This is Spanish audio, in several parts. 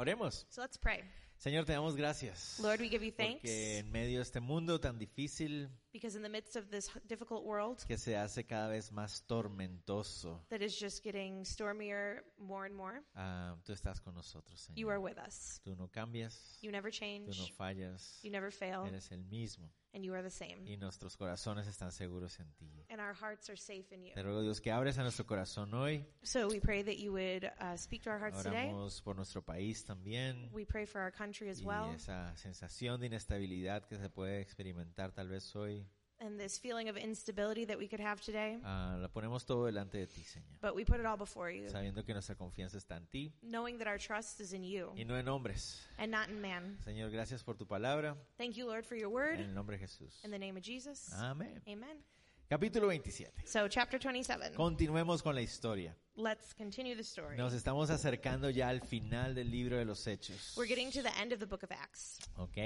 Oremos. So let's pray. Señor, te damos gracias. Lord, we give you thanks Porque en medio de este mundo tan difícil because in the midst of this difficult world que se hace cada vez más tormentoso, that is just getting stormier more and more, ah, tú estás con nosotros, Señor. you are with us. Tú no cambias, You never tú no change, fallas, you never fail, eres el mismo and you are the same. y nuestros corazones están seguros en ti. And our hearts are safe in you. Te ruego, Dios, que abres a nuestro corazón hoy. So we pray that you would uh, speak to our hearts today. Oramos por nuestro país también. We pray for our country as Y well. esa sensación de inestabilidad que se puede experimentar tal vez hoy, And this feeling of instability that we could have today. ah, la ponemos todo delante de ti, Señor. But we put it all before you, Sabiendo que nuestra confianza está en ti knowing that our trust is in you y no en hombres. and not in man. Señor, gracias por tu palabra. Thank you, Lord, for your En word. el nombre de Jesús. In the name of Jesus. Amén. Amen. Capítulo 27. So, chapter 27. Continuemos con la historia. Let's continue the story. Nos estamos acercando ya al final del libro de los Hechos. We're getting to the end of the book of Acts. Ok.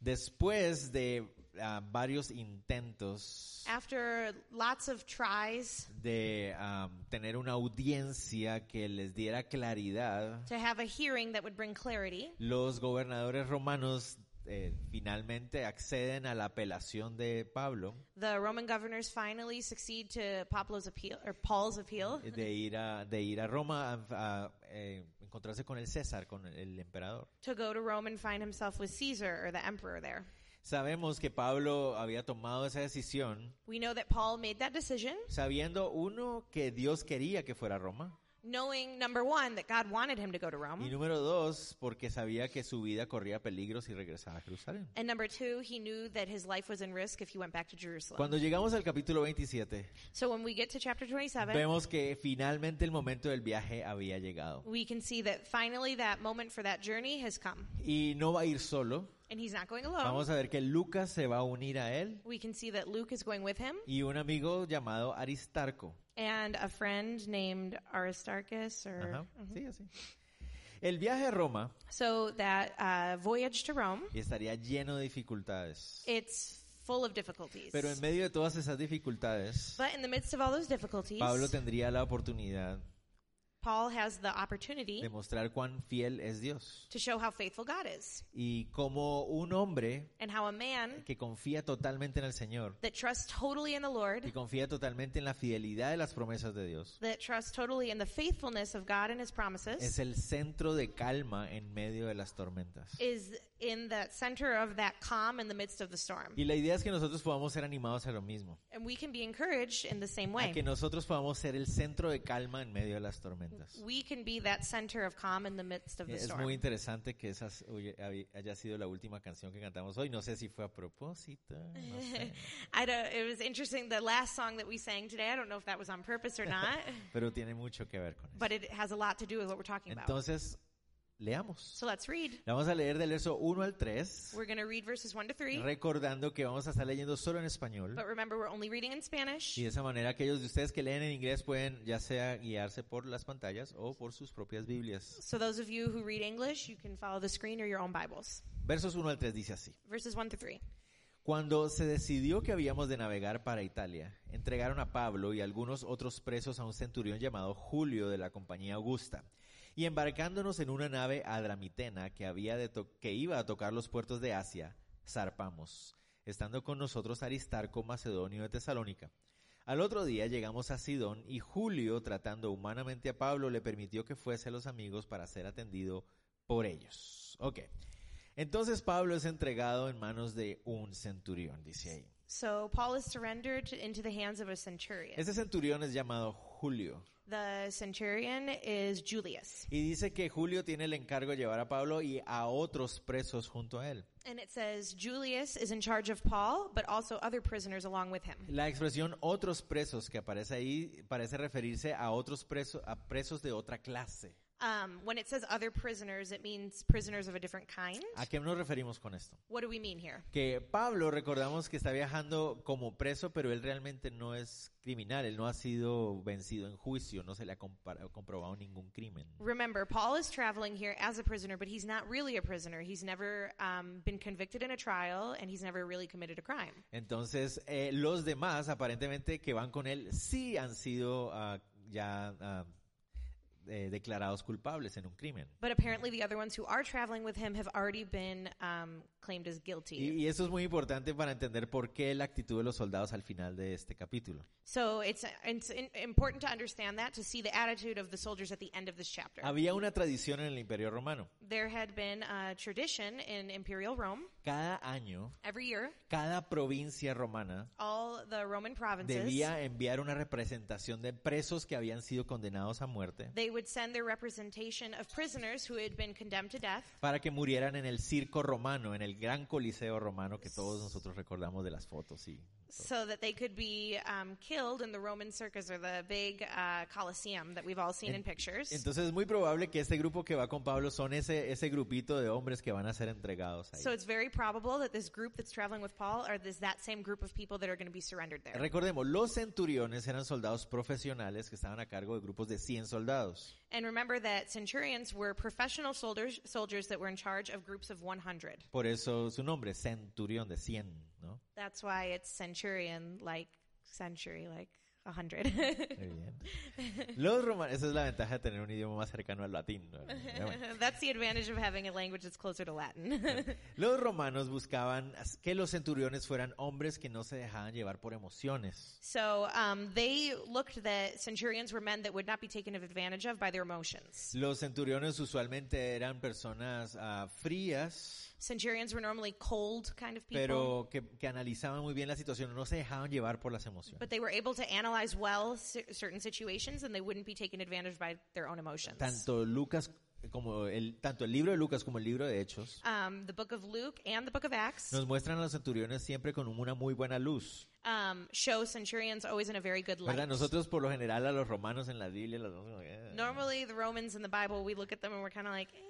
Después de ah, varios intentos After lots of tries de ah, tener una audiencia que les diera claridad, to have a hearing that would bring clarity, los gobernadores romanos eh, finalmente acceden a la apelación de Pablo the Roman governors finally succeed to Pablo's appeal or Paul's appeal eh, de ir a, de ir a Roma a, a, eh, encontrarse con el César, con el emperador. to go to Rome and find himself with Caesar or the emperor there. Sabemos que Pablo había tomado esa decisión We know that Paul made that decision sabiendo, uno, que Dios quería que fuera a Roma knowing number 1 that God wanted him to go to y Rome. número dos, porque sabía que su vida corría peligros si regresaba a Jerusalén. And number 2, he knew that his life was in risk if he went back to Jerusalem. Cuando llegamos al capítulo 27, So when we get to chapter 27, vemos que finalmente el momento del viaje había llegado. we can see that finally that moment for that journey has come Y no va a ir solo. and he's not going alone. Vamos a ver que Lucas se va a unir a él We can see that Luke is going with him y un amigo llamado Aristarco. and a friend named Aristarchus or Ajá, sí, así. El viaje a Roma so that uh, voyage to Rome estaría lleno de dificultades. it's full of difficulties. Pero en medio de todas esas dificultades, but in the midst of all those difficulties, Pablo tendría la oportunidad Paul has the opportunity de mostrar cuán fiel es Dios to show how faithful God is y cómo un hombre and how a man que confía totalmente en el Señor that trusts totally in the y Lord, confía totalmente en la fidelidad de las promesas de Dios that trusts totally in the faithfulness of God and his promises es el centro de calma en medio de las tormentas. is in the center of that calm in the midst of the storm. Y la idea es que nosotros podamos ser animados a lo mismo, And we can be encouraged in the same a que way. nosotros podamos ser el centro de calma en medio de las tormentas. We can be that center of calm in the midst of the Es muy storm. interesante que esa haya sido la última canción que cantamos hoy. No sé si fue a propósito. no sé. I don't, it was interesting. The last song that we sang today, I don't know if that was on purpose or not, pero tiene mucho que ver con eso. but it has a lot to do with what we're talking about. Entonces, leamos. So let's read. La Vamos a leer del verso 1 al 3, We're going to read verses 1 to 3, recordando que vamos a estar leyendo solo en español. but remember, we're only reading in Spanish. Y de esa manera aquellos de ustedes que leen en inglés pueden ya sea guiarse por las pantallas o por sus propias Biblias. So those of you who read English, you can follow the screen or your own Bibles. Versos 1 al 3 dice así. Verses 1 to 3. Cuando se decidió que habíamos de navegar para Italia, entregaron a Pablo y algunos otros presos a un centurión llamado Julio de la compañía Augusta. Y embarcándonos en una nave adramitena que, había de to- que iba a tocar los puertos de Asia, zarpamos, estando con nosotros Aristarco Macedonio de Tesalónica. Al otro día llegamos a Sidón y Julio, tratando humanamente a Pablo, le permitió que fuese a los amigos para ser atendido por ellos. Ok. Entonces Pablo es entregado en manos de un centurión, dice ahí. So Paul is surrendered into the hands of a centurion. Este centurión es llamado Julio. The centurion is Julius. Y dice que Julio tiene el encargo de llevar a Pablo y a otros presos junto a él. And it says Julius is in charge of Paul, but also other prisoners along with him. La expresión otros presos que aparece ahí parece referirse a otros presos, a presos de otra clase. Um, when it says other prisoners, it means prisoners of a different kind. ¿A qué nos referimos con esto? What do we mean here? Que Pablo, recordamos que está viajando como preso, pero él realmente no es criminal, él no ha sido vencido en juicio, no se le ha compara- comprobado ningún crimen. Remember, Paul is traveling here as a prisoner, but he's not really a prisoner. He's never um, been convicted in a trial, and he's never really committed a crime. Entonces, eh, los demás, aparentemente, que van con él, sí han sido ah, ya ah, eh, declarados culpables en un crimen. But apparently, the other ones who are traveling with him have already been um, claimed as guilty. Y, y eso es muy importante para entender por qué la actitud de los soldados al final de este capítulo. So it's, it's in- important to understand that, to see the attitude of the soldiers at the end of this chapter. Había una tradición en el Imperio Romano. There had been a tradition in imperial Rome Cada año, every year, cada provincia romana all the Roman provinces. debía enviar una representación de presos que habían sido condenados a muerte They would send their representation of prisoners who had been condemned to death para que murieran en el circo romano, en el gran coliseo romano que todos nosotros recordamos de las fotos. Y so that they could be um, killed in the Roman circus or the big uh, Colosseum that we've all seen in pictures. Entonces es muy probable que este grupo que va con Pablo son ese, ese grupito de hombres que van a ser entregados ahí. So it's very probable that this group that's traveling with Paul are this that same group of people that are going to be surrendered there. Recordemos, los centuriones eran soldados profesionales que estaban a cargo de grupos de 100 soldados. And remember that centurions were professional soldiers soldiers that were in charge of groups of 100. Por eso su nombre, centurión de 100, ¿no? That's why it's centurion like century like 100. Muy bien. Los romanos, esa es la ventaja de tener un idioma más cercano al latín. ¿no? Pero bueno. that's the advantage of having a language that's closer to Latin. Los romanos buscaban as- que los centuriones fueran hombres que no se dejaban llevar por emociones. so um, they looked that centurions were men that would not be taken advantage of by their emotions. Los centuriones usualmente eran personas ah, frías, Centurions were normally cold kind of people. pero que, que analizaban muy bien la situación, no se dejaban llevar por las emociones. But they were able to analyze well cer- certain situations and they wouldn't be taken advantage by their own emotions. Tanto Lucas eh, como el, tanto el libro de Lucas como el libro de Hechos Um, the book of Luke and the book of Acts nos muestran a los centuriones siempre con una muy buena luz. um, show centurions always in a very good light. ¿Verdad? Nosotros por lo general a los romanos en la Biblia los vemos como, "Eh". Normally, the Romans in the Bible, we look at them and we're kind of like, eh.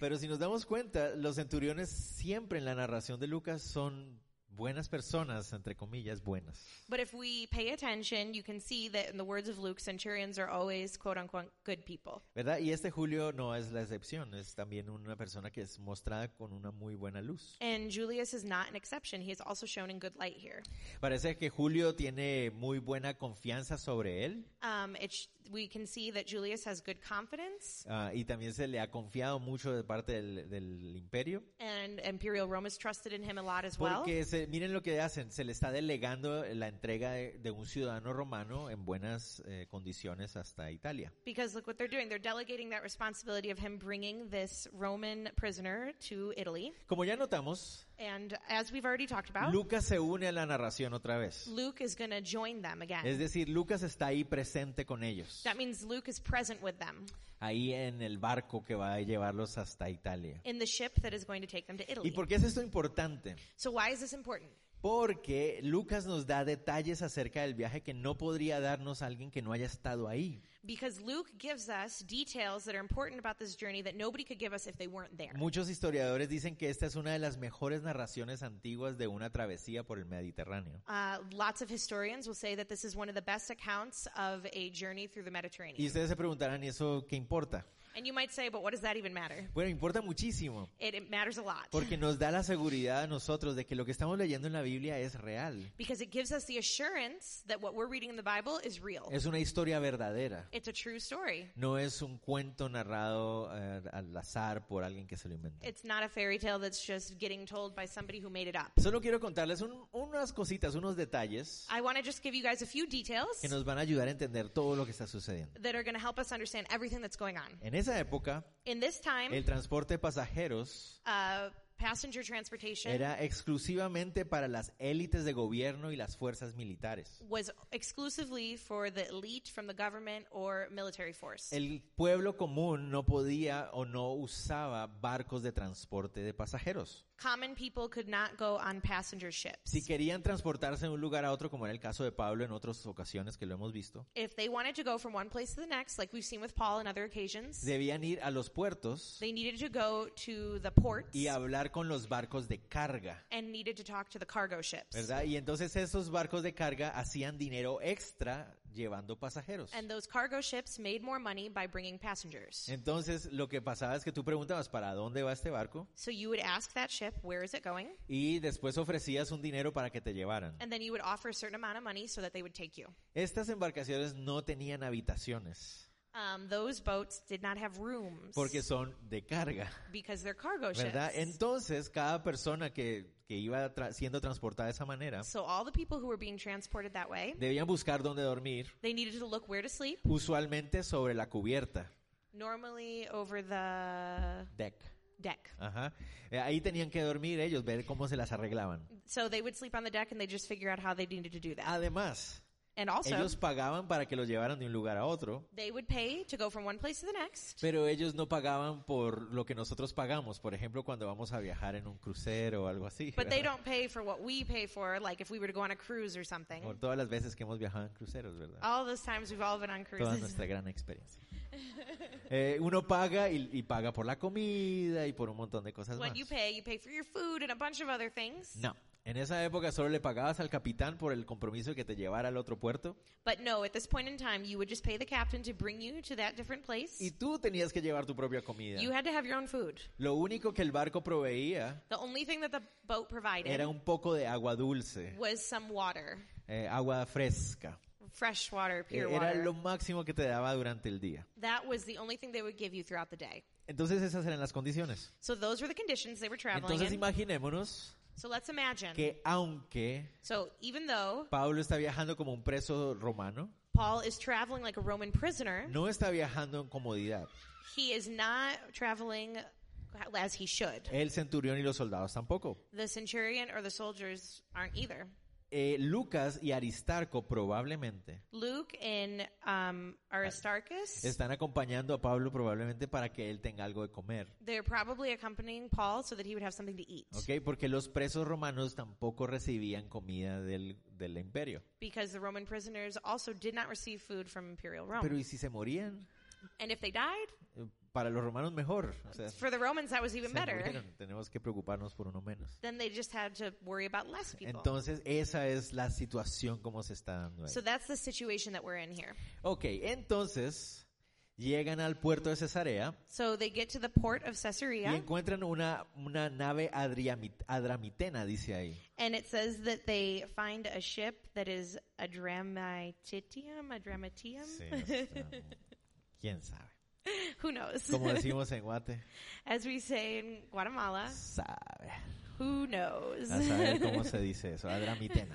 Pero si nos damos cuenta, los centuriones siempre en la narración de Lucas son buenas personas, entre comillas, buenas. But if we pay attention, you can see that in the words of Luke, centurions are always quote unquote good people. ¿Verdad? Y este Julio no es la excepción, es también una persona que es mostrada con una muy buena luz. And Julius is not an exception. He is also shown in good light here. Parece que Julio tiene muy buena confianza sobre él Um, it sh- we can see that Julius has good confidence, ah, y también se le ha confiado mucho de parte del, del imperio. and Imperial Rome has trusted in him a lot as well. Porque se- miren lo que hacen, se le está delegando la entrega de, de un ciudadano romano en buenas eh, condiciones hasta Italia. Because look what they're doing. They're delegating that responsibility of him bringing this Roman prisoner to Italy. Como ya notamos, And as we've already talked about, Luke, Lucas se une a la narración otra vez. is going to join them again. Es decir, Lucas está ahí presente con ellos, that means Luke is present with them ahí en el barco que va a llevarlos hasta Italia. in the ship that is going to take them to ¿Y Italy. por qué es esto importante? So why is this important? Porque Lucas nos da detalles acerca del viaje que no podría darnos alguien que no haya estado ahí. Because Luke gives us details that are important about this journey that nobody could give us if they weren't there. Muchos historiadores dicen que esta es una de las mejores narraciones antiguas de una travesía por el Mediterráneo. Uh, lots of historians will say that this is one of the best accounts of a journey through the Y Mediterranean. ustedes se preguntarán, ¿y eso qué importa? And you might say, but what does that even matter? Bueno, importa muchísimo, It, it matters a lot. porque nos da la seguridad a nosotros de que lo que estamos leyendo en la Biblia es real. because it gives us the assurance that what we're reading in the Bible is real. Es una historia verdadera. It's a true story. No es un cuento narrado eh, al azar por alguien que se lo inventó. It's not a fairy tale that's just getting told by somebody who made it up. Solo quiero contarles un- unas cositas, unos detalles I want to just give you guys a few details que nos van a ayudar a entender todo lo que está sucediendo. that are going to help us understand everything that's going on. En esa época, In this time, el transporte de pasajeros uh, passenger transportation Era exclusivamente para las élites de gobierno y las fuerzas militares. was exclusively for the elite from the government or military force. El pueblo común no podía o no usaba barcos de transporte de pasajeros. Common people could not go on passenger ships. Si querían transportarse de un lugar a otro, como era el caso de Pablo en otras ocasiones que lo hemos visto, If they wanted to go from one place to the next, like we've seen with Paul on other occasions, debían ir a los puertos they needed to go to the ports y hablar con los barcos de carga, and needed to talk to the cargo ships. ¿verdad? Y entonces esos barcos de carga hacían dinero extra llevando pasajeros. And those cargo ships made more money by bringing passengers. Eh. Entonces lo que pasaba es que tú preguntabas, ¿para dónde va este barco? so you would ask that ship, where is it going? Y después ofrecías un dinero para que te llevaran. And then you would offer a certain amount of money so that they would take you. Estas embarcaciones no tenían habitaciones Um, those boats did not have rooms porque son de carga, because they're cargo ships. ¿verdad? Entonces cada persona que, que iba tra- siendo transportada de esa manera so all the people who were being transported that way, debían buscar dónde dormir, they needed to look where to sleep, usualmente sobre la cubierta, normally over the deck. deck. Ajá. Eh, Ahí tenían que dormir ellos, ver cómo se las arreglaban. So they would sleep on the deck and they just figure out how they needed to do that. Además, And also, ellos pagaban para que los llevaran de un lugar a otro, they would pay to go from one place to the next. pero ellos no pagaban por lo que nosotros pagamos, por ejemplo, cuando vamos a viajar en un crucero o algo así. But they ¿verdad? don't pay for what we pay for, like if we were to go on a cruise or something. Por todas las veces que hemos viajado en cruceros, ¿verdad? All those times we've all been on Toda cruises. nuestra gran experiencia. Eh, uno paga y, y paga por la comida y por un montón de cosas más. When you pay, you pay for your food and a bunch of other things. No. En esa época solo le pagabas al capitán por el compromiso que te llevara al otro puerto But no, at this point in time, you would just pay the captain to bring you to that different place. y tú tenías que llevar tu propia comida. You had to have your own food. Lo único que el barco proveía The only thing that the boat provided era un poco de agua dulce, was some water, eh, agua fresca. fresh water, Eh, pure Era water. lo máximo que te daba durante el día. That was the only thing they would give you throughout the day. Entonces esas eran las condiciones. So those were the conditions they were traveling Entonces in. imaginémonos So let's imagine. que aunque So even though Pablo está viajando como un preso romano, Paul is traveling like a Roman prisoner, no está viajando en comodidad. he is not traveling as he should. El centurión y los soldados tampoco. The centurion or the soldiers aren't either. Eh, Lucas y Aristarco probablemente Luke and um, Aristarchus, están acompañando a Pablo probablemente para que él tenga algo de comer. they're probably accompanying Paul so that he would have something to eat. ¿ok? Porque los presos romanos tampoco recibían comida del, del imperio. Because the Roman prisoners also did not receive food from Imperial Rome. Pero ¿y si se morían? and if they died, Eh, Para los romanos mejor. O sea, for the Romans that was even se better. murieron, Tenemos que preocuparnos por uno menos. Then they just had to worry about less people. Entonces, esa es la situación como se está dando. ahí. so that's the situation that we're in here. Ok, entonces llegan al puerto de Cesarea So they get to the port of y Caesarea, encuentran una, una nave adriamit- adramitena, dice ahí. and it says that they find a ship that is a dramatium, a dramatium. Sí, o sea, ¿Quién sabe? Who knows? Como decimos en Guate, As we say in Guatemala, sabe. who knows? A saber cómo se dice eso, adramitena.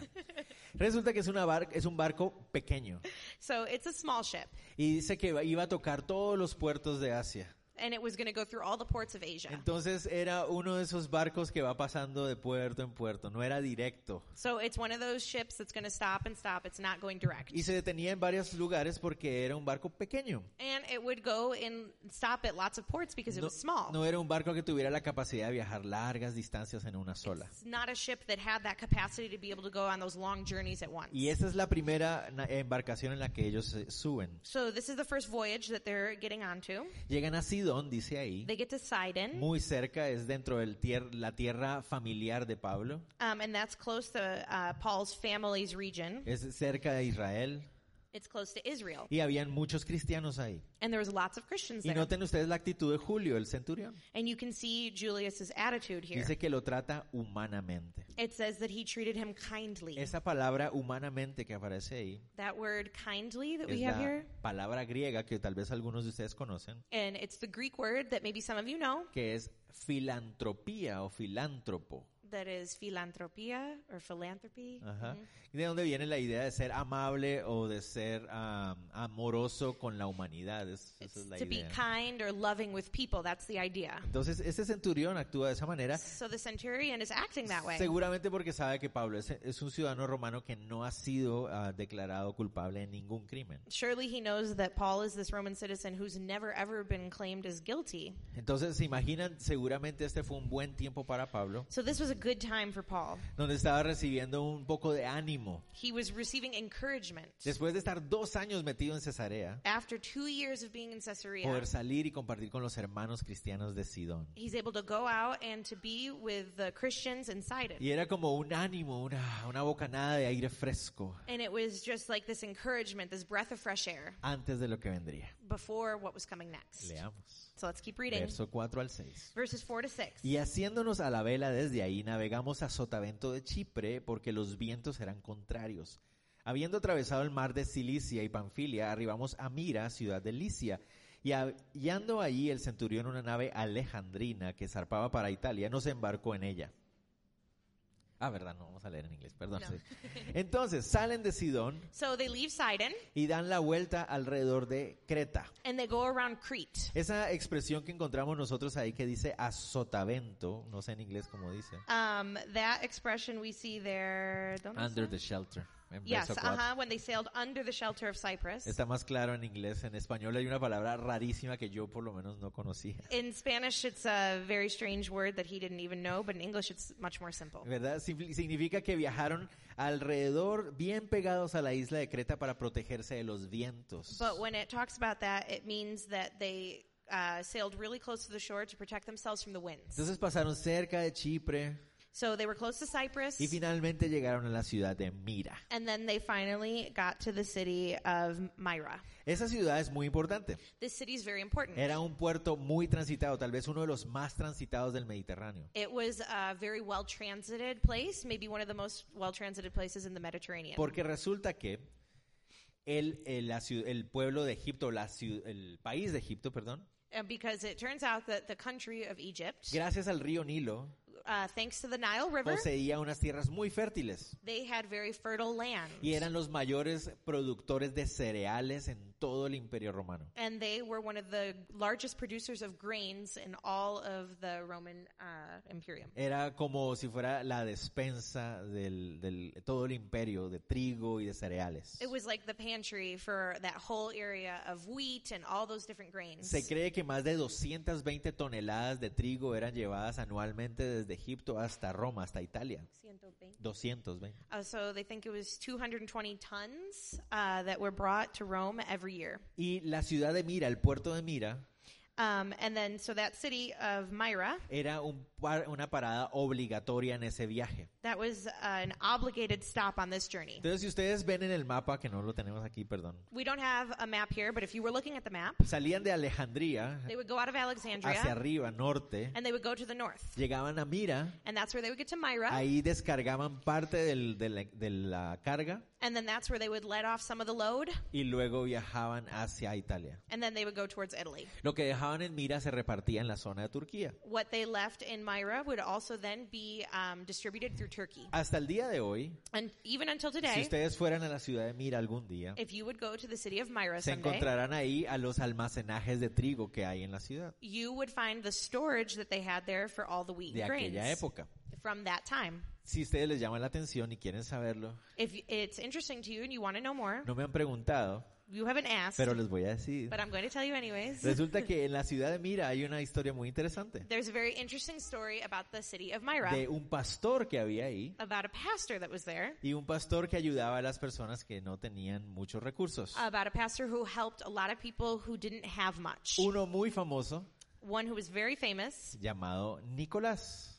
Resulta que es, una bar- es un barco pequeño So it's a small ship, y dice que iba a tocar todos los puertos de Asia. and it was going to go through all the ports of Asia. Entonces era uno de esos barcos que va pasando de puerto en puerto, no era directo. So it's one of those ships that's going to stop and stop. It's not going direct. Y se detenía en varios lugares porque era un barco pequeño. And it would go and stop at lots of ports because it No, was small. no era un barco que tuviera la capacidad de viajar largas distancias en una sola. It's not a ship that had that capacity to be able to go on those long journeys at once. Y esa es la primera na- embarcación en la que ellos se suben. So this is the first voyage that they're getting onto. Llegan a Sidón, dice ahí, They get to Sidon, muy cerca, es dentro de la tierra familiar de Pablo, um, and that's close to uh, Paul's family's region. es cerca de Israel, It's close to Israel, y habían muchos cristianos ahí. and there was lots of Christians Y there. noten ustedes la actitud de Julio, el centurión. And you can see Julius's attitude here. Dice que lo trata humanamente. It says that he treated him kindly. Esa palabra humanamente que aparece ahí that word kindly that es we have la here, palabra griega que tal vez algunos de ustedes conocen, and it's the Greek word that maybe some of you know, que es filantropía o filántropo. that is filantropía or philanthropy. Ajá. ¿De dónde viene la idea de ser amable o de ser am, amoroso con la humanidad? Es- esa es la to be idea. kind or loving with people. That's the idea. Entonces, este centurión actúa de esa manera, So the centurion is acting that way. seguramente porque sabe que Pablo es, es un ciudadano romano que no ha sido ah, declarado culpable de ningún crimen. Surely he knows that Paul is this Roman citizen who's never ever been claimed as guilty. Entonces, se imaginan, seguramente este fue un buen tiempo para Pablo, So this was a good time for Paul. donde estaba recibiendo un poco de ánimo. He was receiving encouragement. Después de estar dos años metido en Cesarea, After two years of being in Caesarea, poder salir y compartir con los hermanos cristianos de Sidón. he's able to go out and to be with the Christians in Sidon. Y era como un ánimo, una, una bocanada de aire fresco And it was just like this encouragement, this breath of fresh air antes de lo que vendría. before what was coming next. Leamos. So let's keep reading. Verso 4 al 6. Verses 4 to 6. Y haciéndonos a la vela desde ahí, navegamos a Sotavento de Chipre, porque los vientos eran contrarios. Habiendo atravesado el mar de Cilicia y Panfilia, arribamos a Mira, ciudad de Licia, y hallando allí el centurión una nave alejandrina que zarpaba para Italia, nos embarcó en ella. Ah, verdad, no vamos a leer en inglés, perdón. No. sí. Entonces, salen de Sidón So they leave Sidon y dan la vuelta alrededor de Creta. and they go around Crete. Esa expresión que encontramos nosotros ahí que dice a sotavento, no sé en inglés cómo dice. Um, that expression we see there. ¿dónde Under está? the shelter. en Yes, verso cuatro. uh-huh, when they sailed under the shelter of Cyprus. Está más claro en inglés. En español hay una palabra rarísima que yo por lo menos no conocía. In Spanish, it's a very strange word that he didn't even know, but in English, it's much more simple. ¿Verdad? Simpli- Significa que viajaron alrededor, bien pegados a la isla de Creta para protegerse de los vientos. But when it talks about that, it means that they uh, sailed really close to the shore to protect themselves from the winds. Entonces pasaron cerca de Chipre So they were close to Cyprus, y finalmente llegaron a la ciudad de Mira. and then they finally got to the city of Myra. Esa ciudad es muy importante. This city is very important. Era un puerto muy transitado, tal vez uno de los más transitados del Mediterráneo. It was a very well transited place, maybe one of the most well transited places in the Mediterranean. Porque resulta que el, el- la ciu- el pueblo de Egipto, la ciu- el país de Egipto, perdón, Uh, Because it turns out that the country of Egypt, gracias al río Nilo, uh, thanks to the Nile River, poseía unas tierras muy fértiles they had very fertile land. y eran los mayores productores de cereales en todo el imperio romano. And they were one of the largest producers of grains in all of the Roman uh, Imperium. Era como si fuera la despensa del, del- todo el imperio de trigo y de cereales. It was like the pantry for that whole area of wheat and all those different grains. Se cree que más de 220 toneladas de trigo eran llevadas anualmente desde Egipto hasta Roma, hasta Italia. 220. Uh, so they think it was 220 tons uh, that were brought to Rome every year. Y la ciudad de Mira, el puerto de Mira, Um, and then, so that city of Myra, era un par- una parada obligatoria en ese viaje. that was uh, an obligated stop on this journey. Entonces, si ustedes ven en el mapa, que no lo tenemos aquí, perdón, We don't have a map here, but if you were looking at the map, salían de Alejandría they would go out of hacia Alexandria arriba, norte, and they would go to the north. llegaban a Mira, And that's where they would get to Myra. ahí descargaban parte del- de, la, de la carga And then that's where they would let off some of the load. y luego viajaban hacia Italia. And then they would go towards Italy. Lo que dejaban en Mira se repartía en la zona de Turquía. What they left in Myra would also then be um, distributed through Turkey. Hasta el día de hoy, And even until si today, ustedes fueran a la ciudad de Mira algún día, if you would go to the city of Myra se someday, encontrarán ahí a los almacenajes de trigo que hay en la ciudad. you would find the storage that they had there for all the wheat de and aquella grains época. from that time. Si a ustedes les llama la atención y quieren saberlo, If y- it's interesting to you and you want to know more, no me han preguntado, you haven't asked, pero les voy a decir. but I'm going to tell you anyways. Resulta que en la ciudad de Mira hay una historia muy interesante There's a very interesting story about the city of Myra, de un pastor que había ahí about a pastor that was there, y un pastor que ayudaba a las personas que no tenían muchos recursos. about a pastor who helped a lot of people who didn't have much. Uno muy famoso One who was very famous, llamado Nicolás.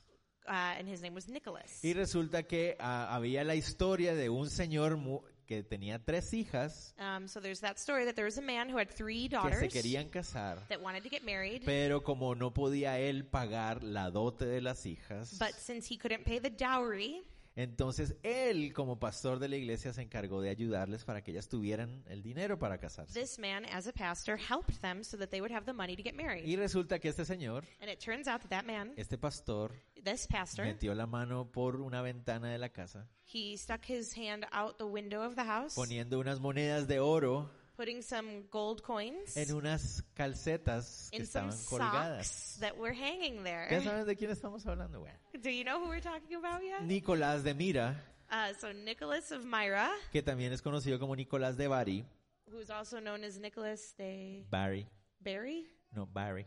uh, and his name was Nicholas. Y resulta que ah, había la historia de un señor mu- que tenía tres hijas Um, so there's that story that there was a man who had three que se daughters querían casar, that wanted to get married, pero como no podía él pagar la dote de las hijas, but since he couldn't pay the dowry, Entonces él, como pastor de la iglesia, se encargó de ayudarles para que ellas tuvieran el dinero para casarse. This man, as a pastor, helped them so that they would have the money to get married. Y resulta que este señor, And it turns out that that man, este pastor, this pastor, metió la mano por una ventana de la casa, he stuck his hand out the window of the house, poniendo unas monedas de oro putting some gold coins en unas calcetas que in some estaban colgadas. socks that were hanging ¿Ya there. sabes de quién estamos hablando, güey? Do you know who we're talking about yet? Nicolás de Mira, Uh, so Nicholas of Myra, que también es conocido como Nicolás de Bari. who's also known as Nicholas de Barry. Barry. No, Barry.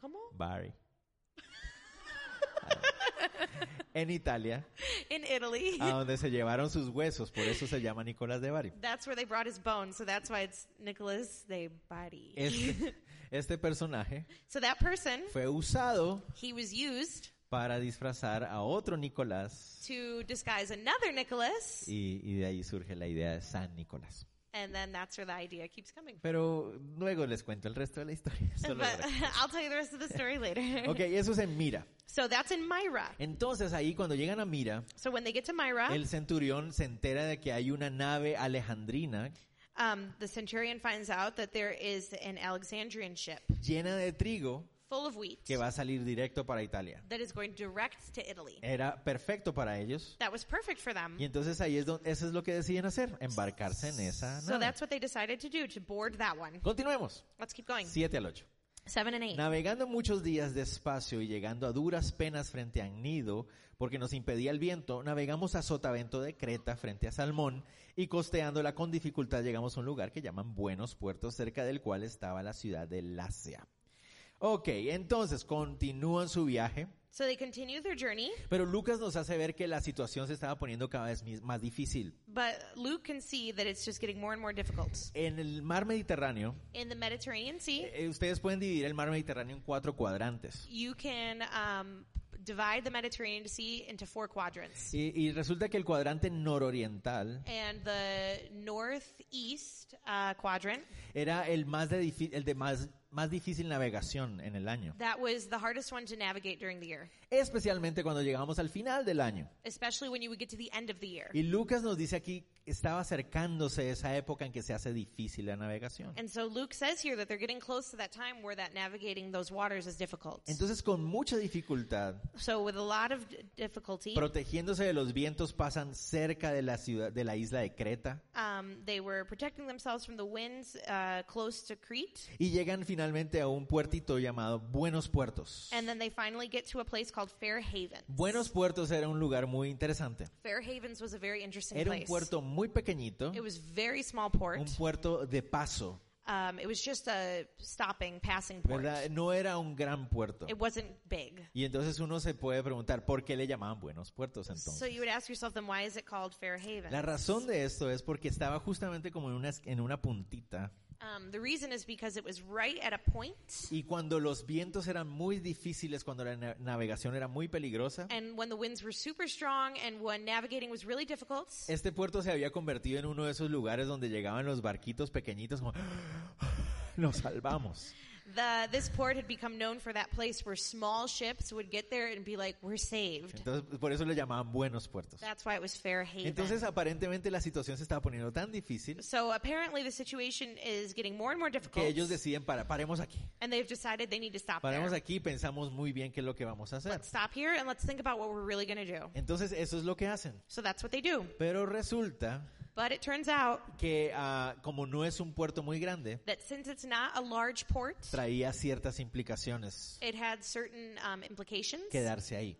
Como? Barry. en Italia, In Italy. a Ah, donde se llevaron sus huesos, por eso se llama Nicolás de Bari. That's where they brought his bones, so that's why it's Nicholas de Bari. Este, este personaje so that person, fue usado he was used para disfrazar a otro Nicolás to disguise another Nicholas, y, y de ahí surge la idea de San Nicolás. and then that's where the idea keeps coming from. Pero luego les cuento el resto de la historia. solo But ahora. I'll tell you the rest of the story later. ok, eso es en Mira. So that's in Myra. Entonces ahí cuando llegan a Mira, So when they get to Myra, el centurión se entera de que hay una nave alejandrina um, the centurion finds out that there is an Alexandrian ship llena de trigo full of wheat que va Eh. a salir directo para Italia. that is going direct to Italy. Era perfecto para ellos. That was perfect for them. Y entonces ahí es donde, eso es lo que deciden hacer, embarcarse en esa So nave. that's what they decided to do, to board that one. Continuemos. Let's keep going. 7 al 8. Seven and eight. Navegando muchos días despacio y llegando a duras penas frente a Nido, porque nos impedía el viento, navegamos a Sotavento de Creta frente a Salmón y costeándola con dificultad llegamos a un lugar que llaman Buenos Puertos, cerca del cual estaba la ciudad de Lacia. Ok, entonces continúan su viaje, So they continue their journey, pero Lucas nos hace ver que la situación se estaba poniendo cada vez mis- más difícil. but Luke can see that it's just getting more and more difficult. En el mar Mediterráneo, In the Mediterranean Sea, eh, ustedes pueden dividir el mar Mediterráneo en cuatro cuadrantes. you can um, divide the Mediterranean Sea into four quadrants. Y, y resulta que el cuadrante nororiental And the northeast uh, quadrant, era el más de, difi- el de más, más difícil navegación en el año, that was the hardest one to navigate during the year, especialmente cuando llegamos al final del año. especially when you would get to the end of the year. Y Lucas nos dice aquí, estaba acercándose esa época en que se hace difícil la navegación. And so Luke says here that they're getting close to that time where that navigating those waters is difficult. Entonces, con mucha dificultad, So with a lot of d- difficulty, protegiéndose de los vientos, pasan cerca de la ciudad, de la isla de Creta, um, they were protecting themselves from the winds uh, close to Crete, y llegan finalmente a un puertito llamado Buenos Puertos. and then they finally get to a place called Fair Havens. Buenos Puertos era un lugar muy interesante. Fair Havens was a very interesting Era un place. puerto muy pequeñito, It was very small port. un puerto de paso, Um, it was just a stopping, passing port. ¿verdad? No era un gran puerto. It wasn't big. Y entonces uno se puede preguntar, ¿por qué le llamaban Buenos Puertos So entonces? you would ask yourself, then why is it called Fair Haven? La razón de esto es porque estaba justamente como en una, es- en una puntita. Um, the reason is because it was right at a point, Y cuando los vientos eran muy difíciles, cuando la na- navegación era muy peligrosa, and when the winds were super strong, and when navigating was really difficult, este puerto se había convertido en uno de esos lugares donde llegaban los barquitos pequeñitos como, "¡Ah! nos salvamos. the this port had become known for that place where small ships would get there and be like, "We're saved." Entonces, por eso le llamaban Buenos Puertos. That's why it was Fair Haven. Entonces, aparentemente la situación se estaba poniendo tan difícil so apparently, the situation is getting more and more difficult, que ellos deciden, para, paremos aquí. and they've decided they need to stop there. Paremos aquí y pensamos muy bien qué es lo que vamos a hacer. Stop here, and let's think about what we're really going to do. Entonces, eso es lo que hacen. So that's what they do. Pero resulta But it turns out que ah, como no es un puerto muy grande, that since it's not a large port, traía ciertas implicaciones it had certain um, implications quedarse ahí.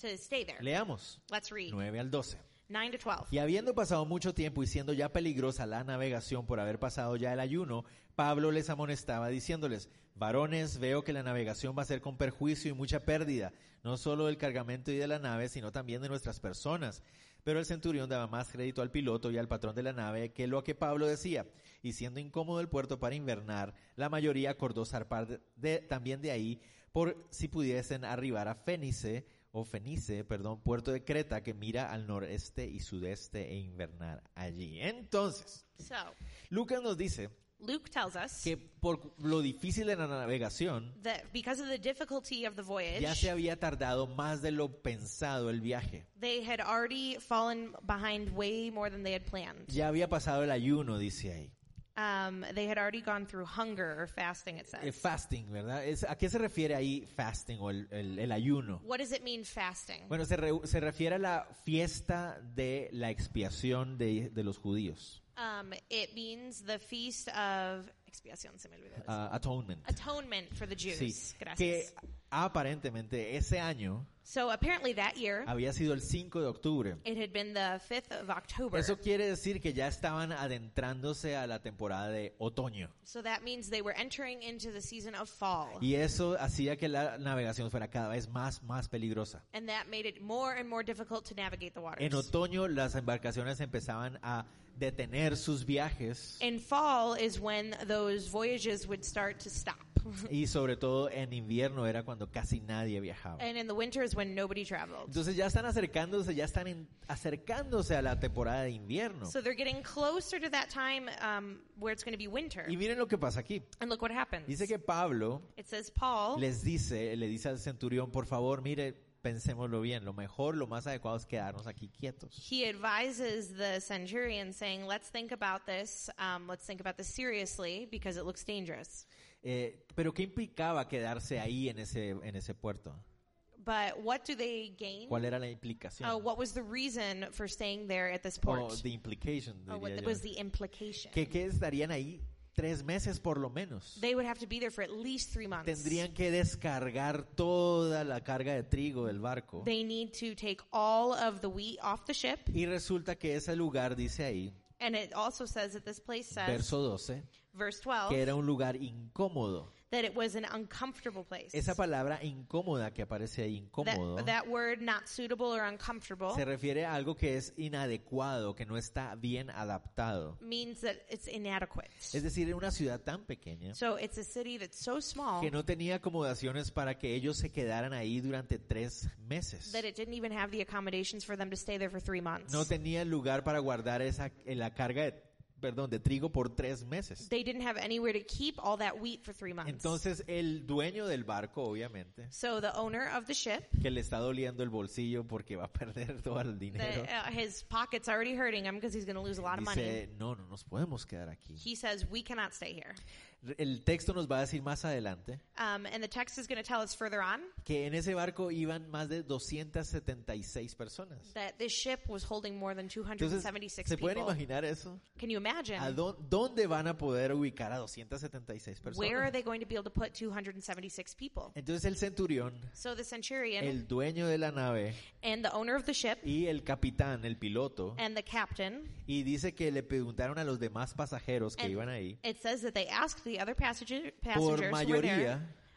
to stay there. Leamos Let's read 9 al 12. 9 to 12. Y habiendo pasado mucho tiempo y siendo ya peligrosa la navegación por haber pasado ya el ayuno, Pablo les amonestaba diciéndoles, varones, veo que la navegación va a ser con perjuicio y mucha pérdida, no solo del cargamento y de la nave, sino también de nuestras personas. Pero el centurión daba más crédito al piloto y al patrón de la nave que lo que Pablo decía. Y siendo incómodo el puerto para invernar, la mayoría acordó zarpar de- de- también de ahí por si pudiesen arribar a Fénice o Fenice, perdón, puerto de Creta que mira al noreste y sudeste e invernar allí. Entonces, So, Lucas nos dice Luke tells us que por lo difícil de la navegación, that because of the difficulty of the ya voyage, se había tardado más de lo pensado el viaje. they had already fallen behind way more than they had planned. Ya había pasado el ayuno, dice ahí. Um, they had already gone through hunger or fasting, it Eh, says. fasting, ¿verdad? Es- ¿A qué se refiere ahí fasting o el, el- el ayuno? What does it mean fasting? Bueno, se, re- se refiere a la fiesta de la expiación de, de los judíos. Um, it means the feast of expiación, se me olvidó eso. Ah, atonement. atonement for the Jews. Sí, que Gracias. aparentemente ese año So apparently that year, había sido el 5 de octubre. it had been the 5th of October. Eso quiere decir que ya estaban adentrándose a la temporada de otoño. So that means they were entering into the season of fall. Y eso hacía que la navegación fuera cada vez más, más peligrosa. And that made it more and more difficult to navigate the waters. En otoño las embarcaciones empezaban a detener sus viajes And fall is when those voyages would start to stop. y sobre todo en invierno era cuando casi nadie viajaba. and in the winter is when nobody traveled. Entonces ya están acercándose, ya están en- acercándose a la temporada de invierno. So they're getting closer to that time um, where it's going to be winter. Y miren lo que pasa aquí. And look what happens. Dice que Pablo It says Paul les dice, le dice al centurión, por favor, mire, pensémoslo bien, lo mejor, lo más adecuado es quedarnos aquí quietos. he advises the centurion saying, let's think about this. Um, let's think about this seriously because it looks dangerous. Eh, Pero ¿qué implicaba quedarse ahí en ese, en ese puerto? But what do they gain? ¿Cuál era la Uh, implicación? what was the reason for staying there at this port? O the implication, Or what diría yo. was the implication? Que, que estarían ahí tres meses por lo menos. They would have to be there for at least three months. Tendrían que descargar toda la carga de trigo del barco. They need to take all of the wheat off the ship. Y resulta que ese lugar, dice ahí, And it also says that this place says, verso 12, verse 12, que era un lugar incómodo. that it was an uncomfortable place. Esa palabra incómoda que aparece ahí, incómodo, that, that word not suitable or uncomfortable se refiere a algo que es inadecuado, que no está bien adaptado. means that it's inadequate. Es decir, era una ciudad tan pequeña so it's a city that's so small que no tenía acomodaciones para que ellos se quedaran ahí durante tres meses. that it didn't even have the accommodations for them to stay there for three months. No tenía lugar para guardar esa, eh, la carga de, perdón, de trigo por tres meses. they didn't have anywhere to keep all that wheat for three months. Entonces el dueño del barco, obviamente, so the owner of the ship, que le está doliendo el bolsillo porque va a perder todo el dinero, the, uh, his pocket's already hurting him because he's going to lose a lot of money. dice, no, no nos podemos quedar aquí. He says, we cannot stay here. El texto nos va a decir más adelante Um, and the text is going to tell us further on que en ese barco iban más de 276 personas. that this ship was holding more than Entonces, 276 ¿se pueden people. imaginar eso? Can you imagine? ¿A dó- dónde van a poder ubicar a 276 Where are personas? they going to be able to put 276 people? Entonces el centurión, So the centurion el dueño de la nave, and the owner of the ship y el capitán, el piloto, and the captain, y dice que le preguntaron a los demás pasajeros que and iban ahí, it says that they asked the other por passenger, passengers who were mayoría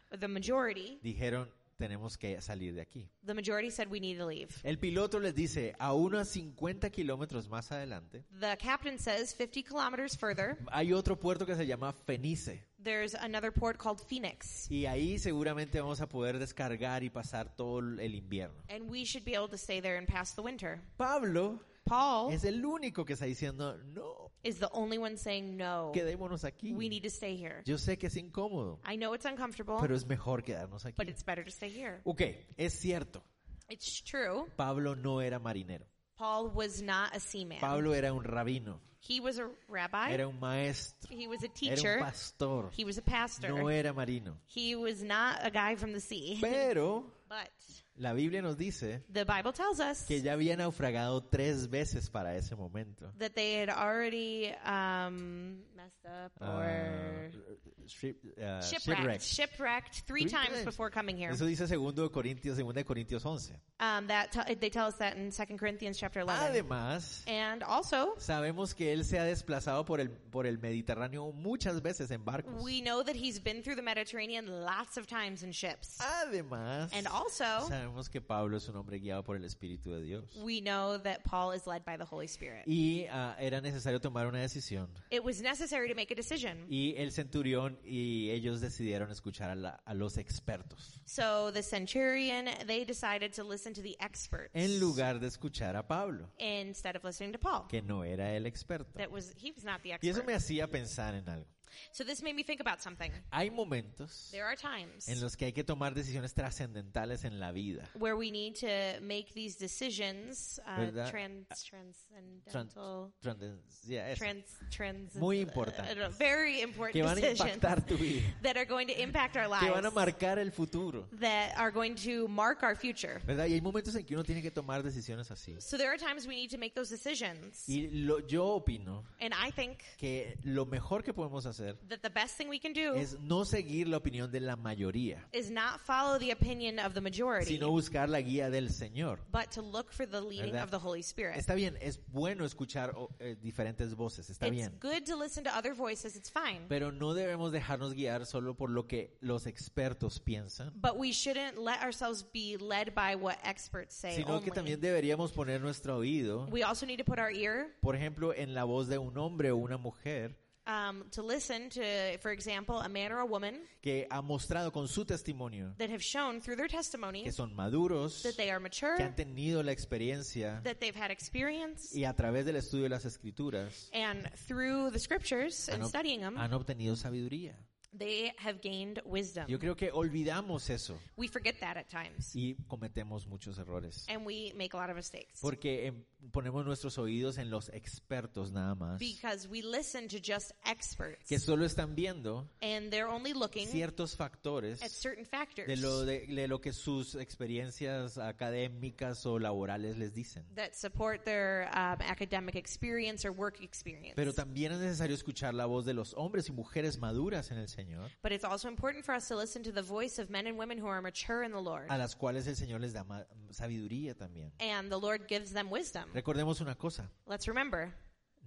there, the majority, dijeron, tenemos que salir de aquí. the majority said we need to leave. El piloto les dice, a unos 50 kilómetros más adelante, The captain says 50 kilometers further, hay otro puerto que se llama Fenice, there's another port called Phoenix, y ahí seguramente vamos a poder descargar y pasar todo el invierno. and we should be able to stay there and pass the winter. Pablo Paul es el único que está diciendo, no, is the only one saying no. quedémonos aquí. We need to stay here. Yo sé que es incómodo, I know it's uncomfortable, pero es mejor quedarnos aquí. but it's better to stay here. Ok, es cierto, It's true. Pablo no era marinero. Paul was not a seaman. Pablo era un rabino, he was a rabbi. era un maestro, he was a era un teacher. pastor, He was a pastor. no era marino. he was not a guy from the sea. Pero But la Biblia nos dice the Bible tells us que ya había naufragado tres veces para ese momento. that they had already um, messed up or Ah, ship- ah, shipwrecked, shipwrecked three, Three times, times. before coming here. Eso dice segundo de Corintios, segunda de Corintios 11. Um, that te- they tell us that in 2 Corinthians Ah, chapter 11. Además, and also, sabemos que él se ha desplazado por el, por el Mediterráneo muchas veces en barcos. we know that he's been through the Mediterranean lots of times in ships. Ah, Además, And also, sabemos que Pablo es un hombre guiado por el Espíritu de Dios. we know that Paul is led by the Holy Spirit. Y ah, era necesario tomar una decisión. It was necessary to make a decision. Y el centurión y ellos decidieron escuchar a, la- a los expertos So the centurion, they decided to listen to the experts en lugar de escuchar a Pablo, instead of listening to Paul. que no era el experto. That was he was not the Y eso me expert. hacía pensar en algo. So this made me think about something. Hay momentos There are times en los que hay que tomar decisiones trascendentales en la vida. where we need to make these decisions uh, ¿Verdad? Ah, trans Tran- transcendental trans- yeah, eso. trans trans Muy uh, importantes. uh, very important Que van a decisions impactar tu vida. that are going to impact our Que van lives a marcar el futuro. that are going to mark our future. ¿Verdad? Y hay momentos en que uno tiene que tomar decisiones así. So there are times we need to make those decisions. Y lo, yo opino And I think que lo mejor que podemos hacer that the best thing we can do es no seguir la opinión de la mayoría, is not follow the opinion of the majority, sino buscar la guía del Señor. but to look for the leading ¿Verdad? of the Holy Spirit. Está bien, es bueno escuchar o, eh, diferentes voces, está It's bien. good to listen to other voices, it's fine. Pero no debemos dejarnos guiar solo por lo que los expertos piensan, But we shouldn't let ourselves be led by what experts say sino que only. también deberíamos poner nuestro oído, we also need to put our ear por ejemplo, en la voz de un hombre o una mujer um, to listen to, for example, a man or a woman que ha mostrado con su testimonio that have shown through their testimony que son maduros, that they are que mature, han tenido la experiencia that they've had experience, y a través del estudio de las escrituras and through the scriptures han, and ob- studying them, han obtenido sabiduría. they have gained wisdom. Yo creo que olvidamos eso We forget that at times, y cometemos muchos errores. and we make a lot of mistakes Porque em, ponemos nuestros oídos en los expertos nada más, because we listen to just experts, que solo están viendo and they're only looking ciertos at factores certain de factors lo, de, de lo que sus experiencias académicas o laborales les dicen. that support their um, academic experience or work experience. Pero también es necesario escuchar la voz de los hombres y mujeres maduras en el Señor, But it's also important for us to listen to the voice of men and women who are mature in the Lord. a las cuales el Señor les da ma- sabiduría también. And the Lord gives them wisdom. Recordemos una cosa, Let's remember,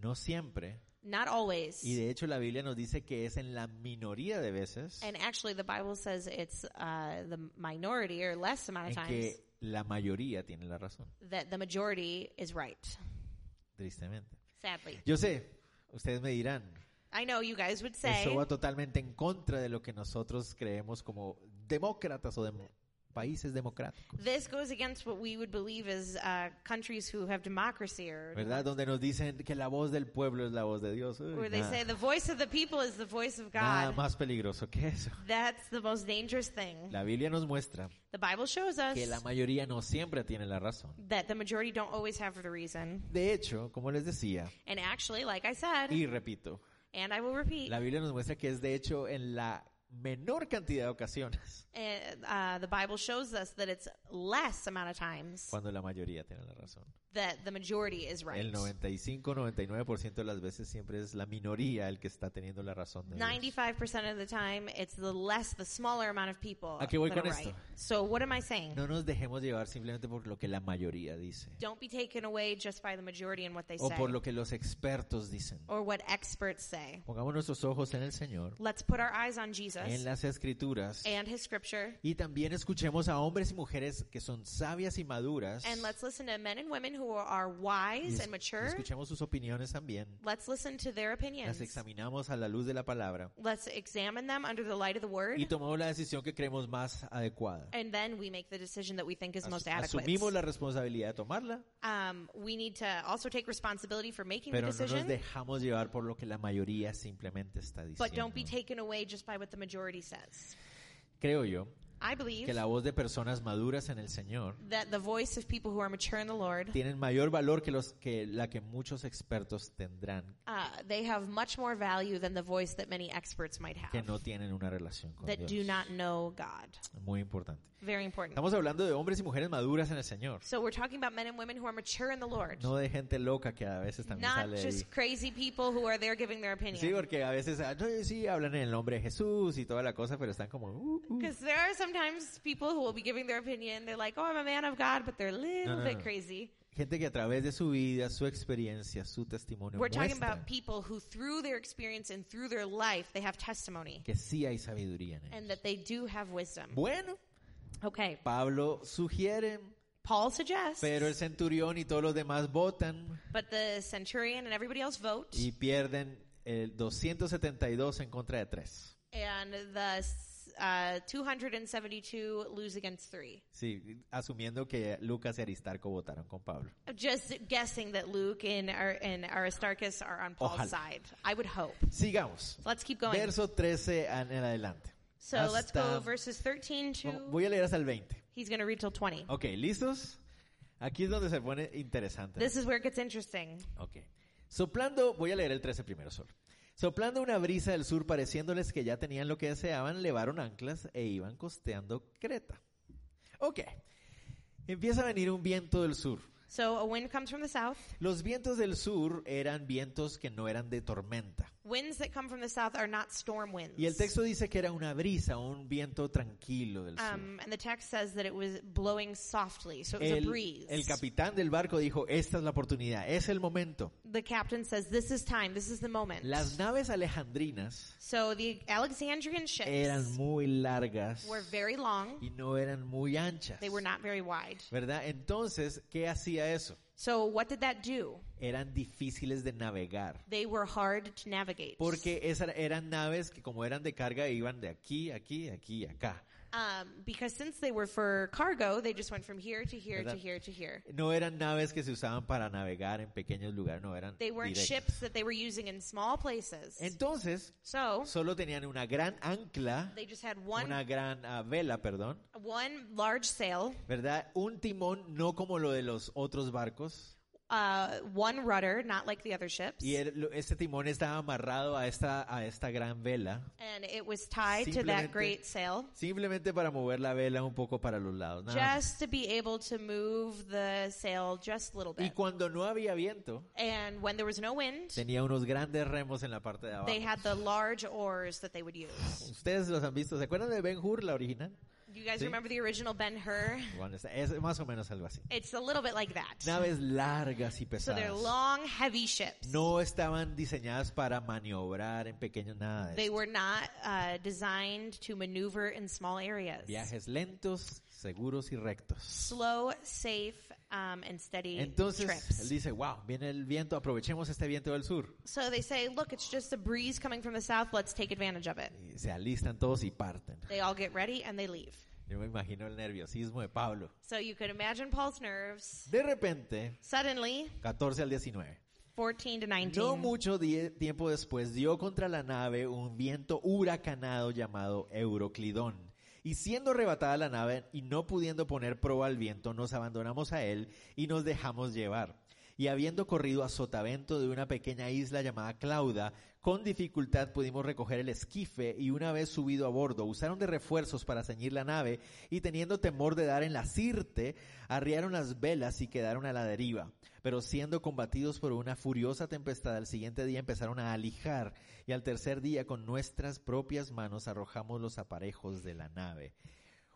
no siempre, not always. y de hecho la Biblia nos dice que es en la minoría de veces And actually, the Bible says it's uh, the minority or less amount of en times que la mayoría tiene la razón, that the majority is right. tristemente. Sadly. Yo sé, ustedes me dirán, I know you guys would eso say va totalmente en contra de lo que nosotros creemos como demócratas o demo- países democráticos, this goes against what we would believe is uh, countries who have democracy or. ¿verdad? Donde nos dicen que la voz del pueblo es la voz de Dios. Uy, Where they say nada, the voice of the people is the voice of nada God. más peligroso que eso. That's the most dangerous thing. La Biblia nos muestra The Bible shows us que la mayoría no siempre tiene la razón. that the majority don't always have the reason. De hecho, como les decía, And actually, like I said, y repito, and I will repeat, la Biblia nos muestra que es de hecho en la menor cantidad de ocasiones eh, uh, the Bible shows us that it's less amount of times cuando la mayoría tiene la razón. that the majority is right. El 95-99% de las veces siempre es la minoría el que está teniendo la razón. De Dios. 95% of the time, it's the less, the smaller amount of people ¿A qué voy that are con esto? right. So what am I saying? No nos dejemos llevar simplemente por lo que la mayoría dice Don't be taken away just by the majority and what they o say por lo que los expertos dicen. or what experts say. Pongamos nuestros ojos en el Señor, Let's put our eyes on en Jesus las escrituras and his scripture y también escuchemos a hombres y mujeres que son sabias y maduras. and let's listen to men and women who are y wise es- and y mature. escuchemos sus opiniones también. Let's listen to their Las opinions. examinamos a la luz de la palabra Let's examine them under the light of the y word, tomamos la decisión que creemos más adecuada. and then we make the decision that we think is As- most adequate. Asumimos la responsabilidad de tomarla, Um, we need to also take responsibility for making the pero no nos decision, dejamos llevar por lo que la mayoría simplemente está but don't be diciendo. taken away just by what the majority says. Creo yo I believe que la voz de personas maduras en el Señor that the voice of people who are mature in the Lord, tienen mayor valor que los que la que muchos expertos tendrán uh, they have much more value than the voice that many experts might que have no tienen una relación con that do Dios. not know God. Muy importante. Very important. Estamos hablando de hombres y mujeres maduras en el Señor, So we're talking about men and women who are mature in the Lord, no de gente loca que a veces también not sale ahí. just crazy people who are there giving their Sí, opinion. porque a veces ah, no, sí hablan en el nombre de Jesús y toda la cosa, pero están como uh, uh. Because there are sometimes people who will be giving their opinion. They're like, "Oh, I'm a man of God," but they're a little No, no, bit no. crazy. gente que a través de su vida, su experiencia, su testimonio We're talking muestra about people who, through their experience and through their life, they have testimony que sí hay sabiduría en él. and that they do have wisdom. Bueno, Okay, Pablo sugiere, Paul suggests, pero el centurión y todos los demás votan but the centurion and everybody else vote, y pierden el 272 en contra de 3. and the s- uh, 272 lose against three. Sí, asumiendo que Lucas y Aristarco votaron con Pablo. I'm Just guessing that Luke and, Ar- and Aristarchus are on Paul's Ojalá. side. I would hope. Sigamos. Let's keep going. Verso 13 an- en adelante. so let's Hasta- Oh, go verses 13 to. Voy a leer hasta el 20. He's going to read till 20. Ok, ¿listos? Aquí es donde se pone interesante. This is where it gets interesting. Ok. Soplando, voy a leer el 13 primero solo. Soplando una brisa del sur, pareciéndoles que ya tenían lo que deseaban, levaron anclas e iban costeando Creta. Ok. Empieza a venir un viento del sur. So a wind comes from the south. Los vientos del sur eran vientos que no eran de tormenta. Winds that come from the south are not storm winds. Y el texto dice que era una brisa, un viento tranquilo del sur. um, and the text says that it was blowing softly, so it was a El, breeze. el capitán del barco dijo, esta es la oportunidad, es el momento. the captain says, "This is time. This is the moment." Las naves alejandrinas so the Alexandrian ships eran muy largas were very long; y no eran muy anchas. they were not very wide. ¿Verdad? Entonces, ¿qué hacía eso? So what did that do? Eran difíciles de navegar. They were hard to navigate Porque esas eran naves que como eran de carga iban de aquí, aquí, aquí, acá. um, because since they were for cargo, they just went from here to here to ¿Verdad? here to here. No eran naves que se usaban para navegar en pequeños lugares, no eran They weren't directas. ships that they were using in small places. Entonces, so solo tenían una gran ancla, they just had one una gran ah, vela, perdón, one large sail, ¿verdad? Un timón no como lo de los otros barcos. uh, one rudder, not like the other ships, Y el- lo- este timón estaba amarrado a esta, a esta gran vela. and it was tied to Simplemente- that great sail. Simplemente para mover la vela un poco para los lados. nada más. just to be able to move the sail just a little Y bit. cuando no había viento, And when there was no wind, tenía unos grandes remos en la parte de abajo. they had the large oars that they would use. Ustedes los han visto. ¿Se acuerdan de Ben Hur, la original? Do you guys Sí. remember the original Ben Hur? Bueno, es- es más o menos algo así. It's a little bit like that. Naves largas y So they're pesadas. long, heavy ships. No estaban diseñadas para maniobrar en pequeños nada. de They esto. were not uh, designed to maneuver in small areas. Viajes lentos, seguros y rectos. Slow, safe, um, and steady Entonces él trips. dice, wow, viene el viento, aprovechemos este viento del sur. So they say, look, it's just a breeze coming from the south. Let's take advantage of it. Y se alistan todos y parten. They all get ready and they leave. Yo me imagino el nerviosismo de Pablo. So you could imagine Paul's nerves. De repente, Suddenly, 14 al 19. 14 to 19. No mucho die- tiempo después dio contra la nave un viento huracanado llamado Euroclidón. Y siendo arrebatada la nave y no pudiendo poner proa al viento, nos abandonamos a él y nos dejamos llevar. Y habiendo corrido a sotavento de una pequeña isla llamada Clauda, con dificultad pudimos recoger el esquife y una vez subido a bordo, usaron de refuerzos para ceñir la nave y teniendo temor de dar en la sirte, arriaron las velas y quedaron a la deriva. Pero siendo combatidos por una furiosa tempestad, al siguiente día empezaron a alijar y al tercer día con nuestras propias manos arrojamos los aparejos de la nave.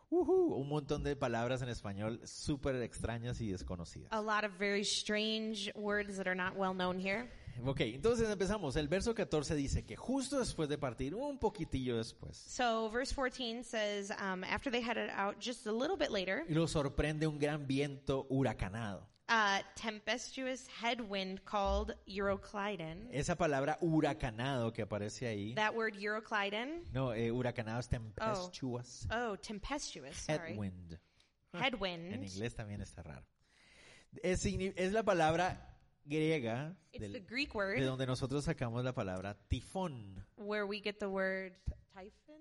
Ujú, un montón de palabras en español súper extrañas y desconocidas. A lot of very strange words that are not well known here. Ok, entonces empezamos. El verso 14 dice que justo después de partir, un poquitillo después, So, verse 14 says, um, after they headed out just a little bit later, lo sorprende un gran viento huracanado. uh, tempestuous headwind called Euroclydon. Esa palabra huracanado que aparece ahí. That word Euroclydon, No, eh, huracanado es tempestuous. oh, tempestuous, sorry. Headwind. En Headwind. inglés también está raro. Es, signi- es la palabra griega It's del- the Greek de word donde nosotros sacamos la palabra tifón. where we get the word typhon.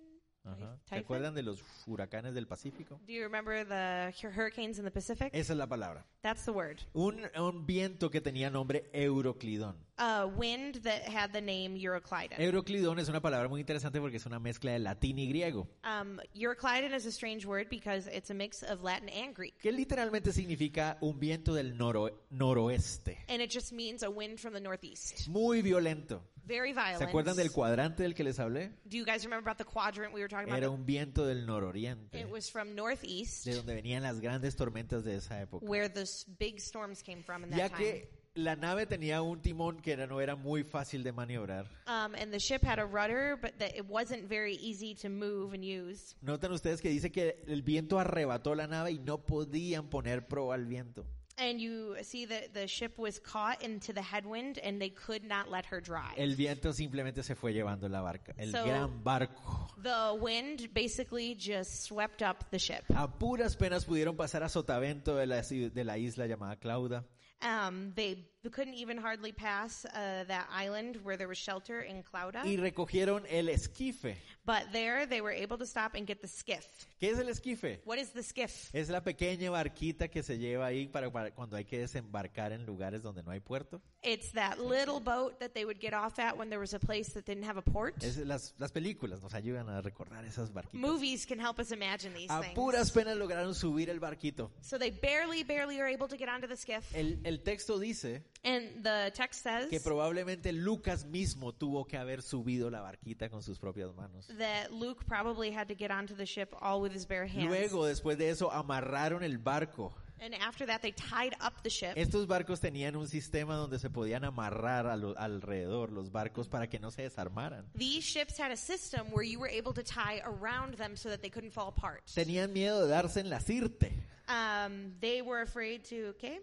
Ajá. ¿Se Typhon? Uh-huh. acuerdan de los huracanes del Pacífico? Do you remember the hur- hurricanes in the Pacific? Esa es la palabra. That's the word. Un, un viento que tenía nombre Euroclidón. Uh, wind that had the name Euroclydon. Euroclidón es una palabra muy interesante porque es una mezcla de latín y griego, Um, Euroclydon is a strange word because it's a mix of Latin and Greek. que literalmente significa un viento del noro- noroeste. And it just means a wind from the northeast. Muy violento. Very ¿Se violent. acuerdan del cuadrante del que les hablé? Do you guys remember about the quadrant we were talking about? Era un viento del nororiente, It was from northeast de donde venían las grandes tormentas de esa época. where those big storms came from in that Ya time. que la nave tenía un timón que era- no era muy fácil de maniobrar. Um, and the ship had a rudder, but that it wasn't very easy to move and use. Notan ustedes que dice que el viento arrebató la nave y no podían poner proa al viento. And you see that the ship was caught into the headwind and they could not let her drive. El viento simplemente se fue llevando la barca, el So- gran barco. the wind basically just swept up the ship. A puras penas pudieron pasar a sotavento de la, ci- de la isla llamada Clauda. Um, they couldn't even hardly pass uh, that island where there was shelter in Y Clauda. recogieron el esquife. But there they were able to stop and get the skiff. ¿Qué es el esquife? What is the skiff? Es la pequeña barquita que se lleva ahí para, para cuando hay que desembarcar en lugares donde no hay puerto. It's that little boat that they would get off at when there was a place that didn't have a port. Es las, las películas nos ayudan a recordar esas barquitas. Movies can help us imagine these A things. puras penas lograron subir el barquito. So they barely, barely are able to get onto the skiff. El, el texto dice And the text says Eh. que probablemente Lucas mismo tuvo que haber subido la barquita con sus propias manos. that Luke probably had to get onto the ship all with his bare hands. Luego, después de eso, amarraron el barco. And after that, they tied up the ship. Estos barcos tenían un sistema donde se podían amarrar a lo- alrededor los barcos para que no se desarmaran. These ships had a system where you were able to tie around them so that they couldn't fall apart. Tenían miedo de darse en la sirte. Um, they were afraid to, okay?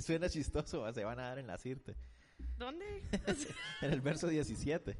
Suena chistoso, ¿va? se van a dar en la sirte. ¿Dónde? En el verso 17.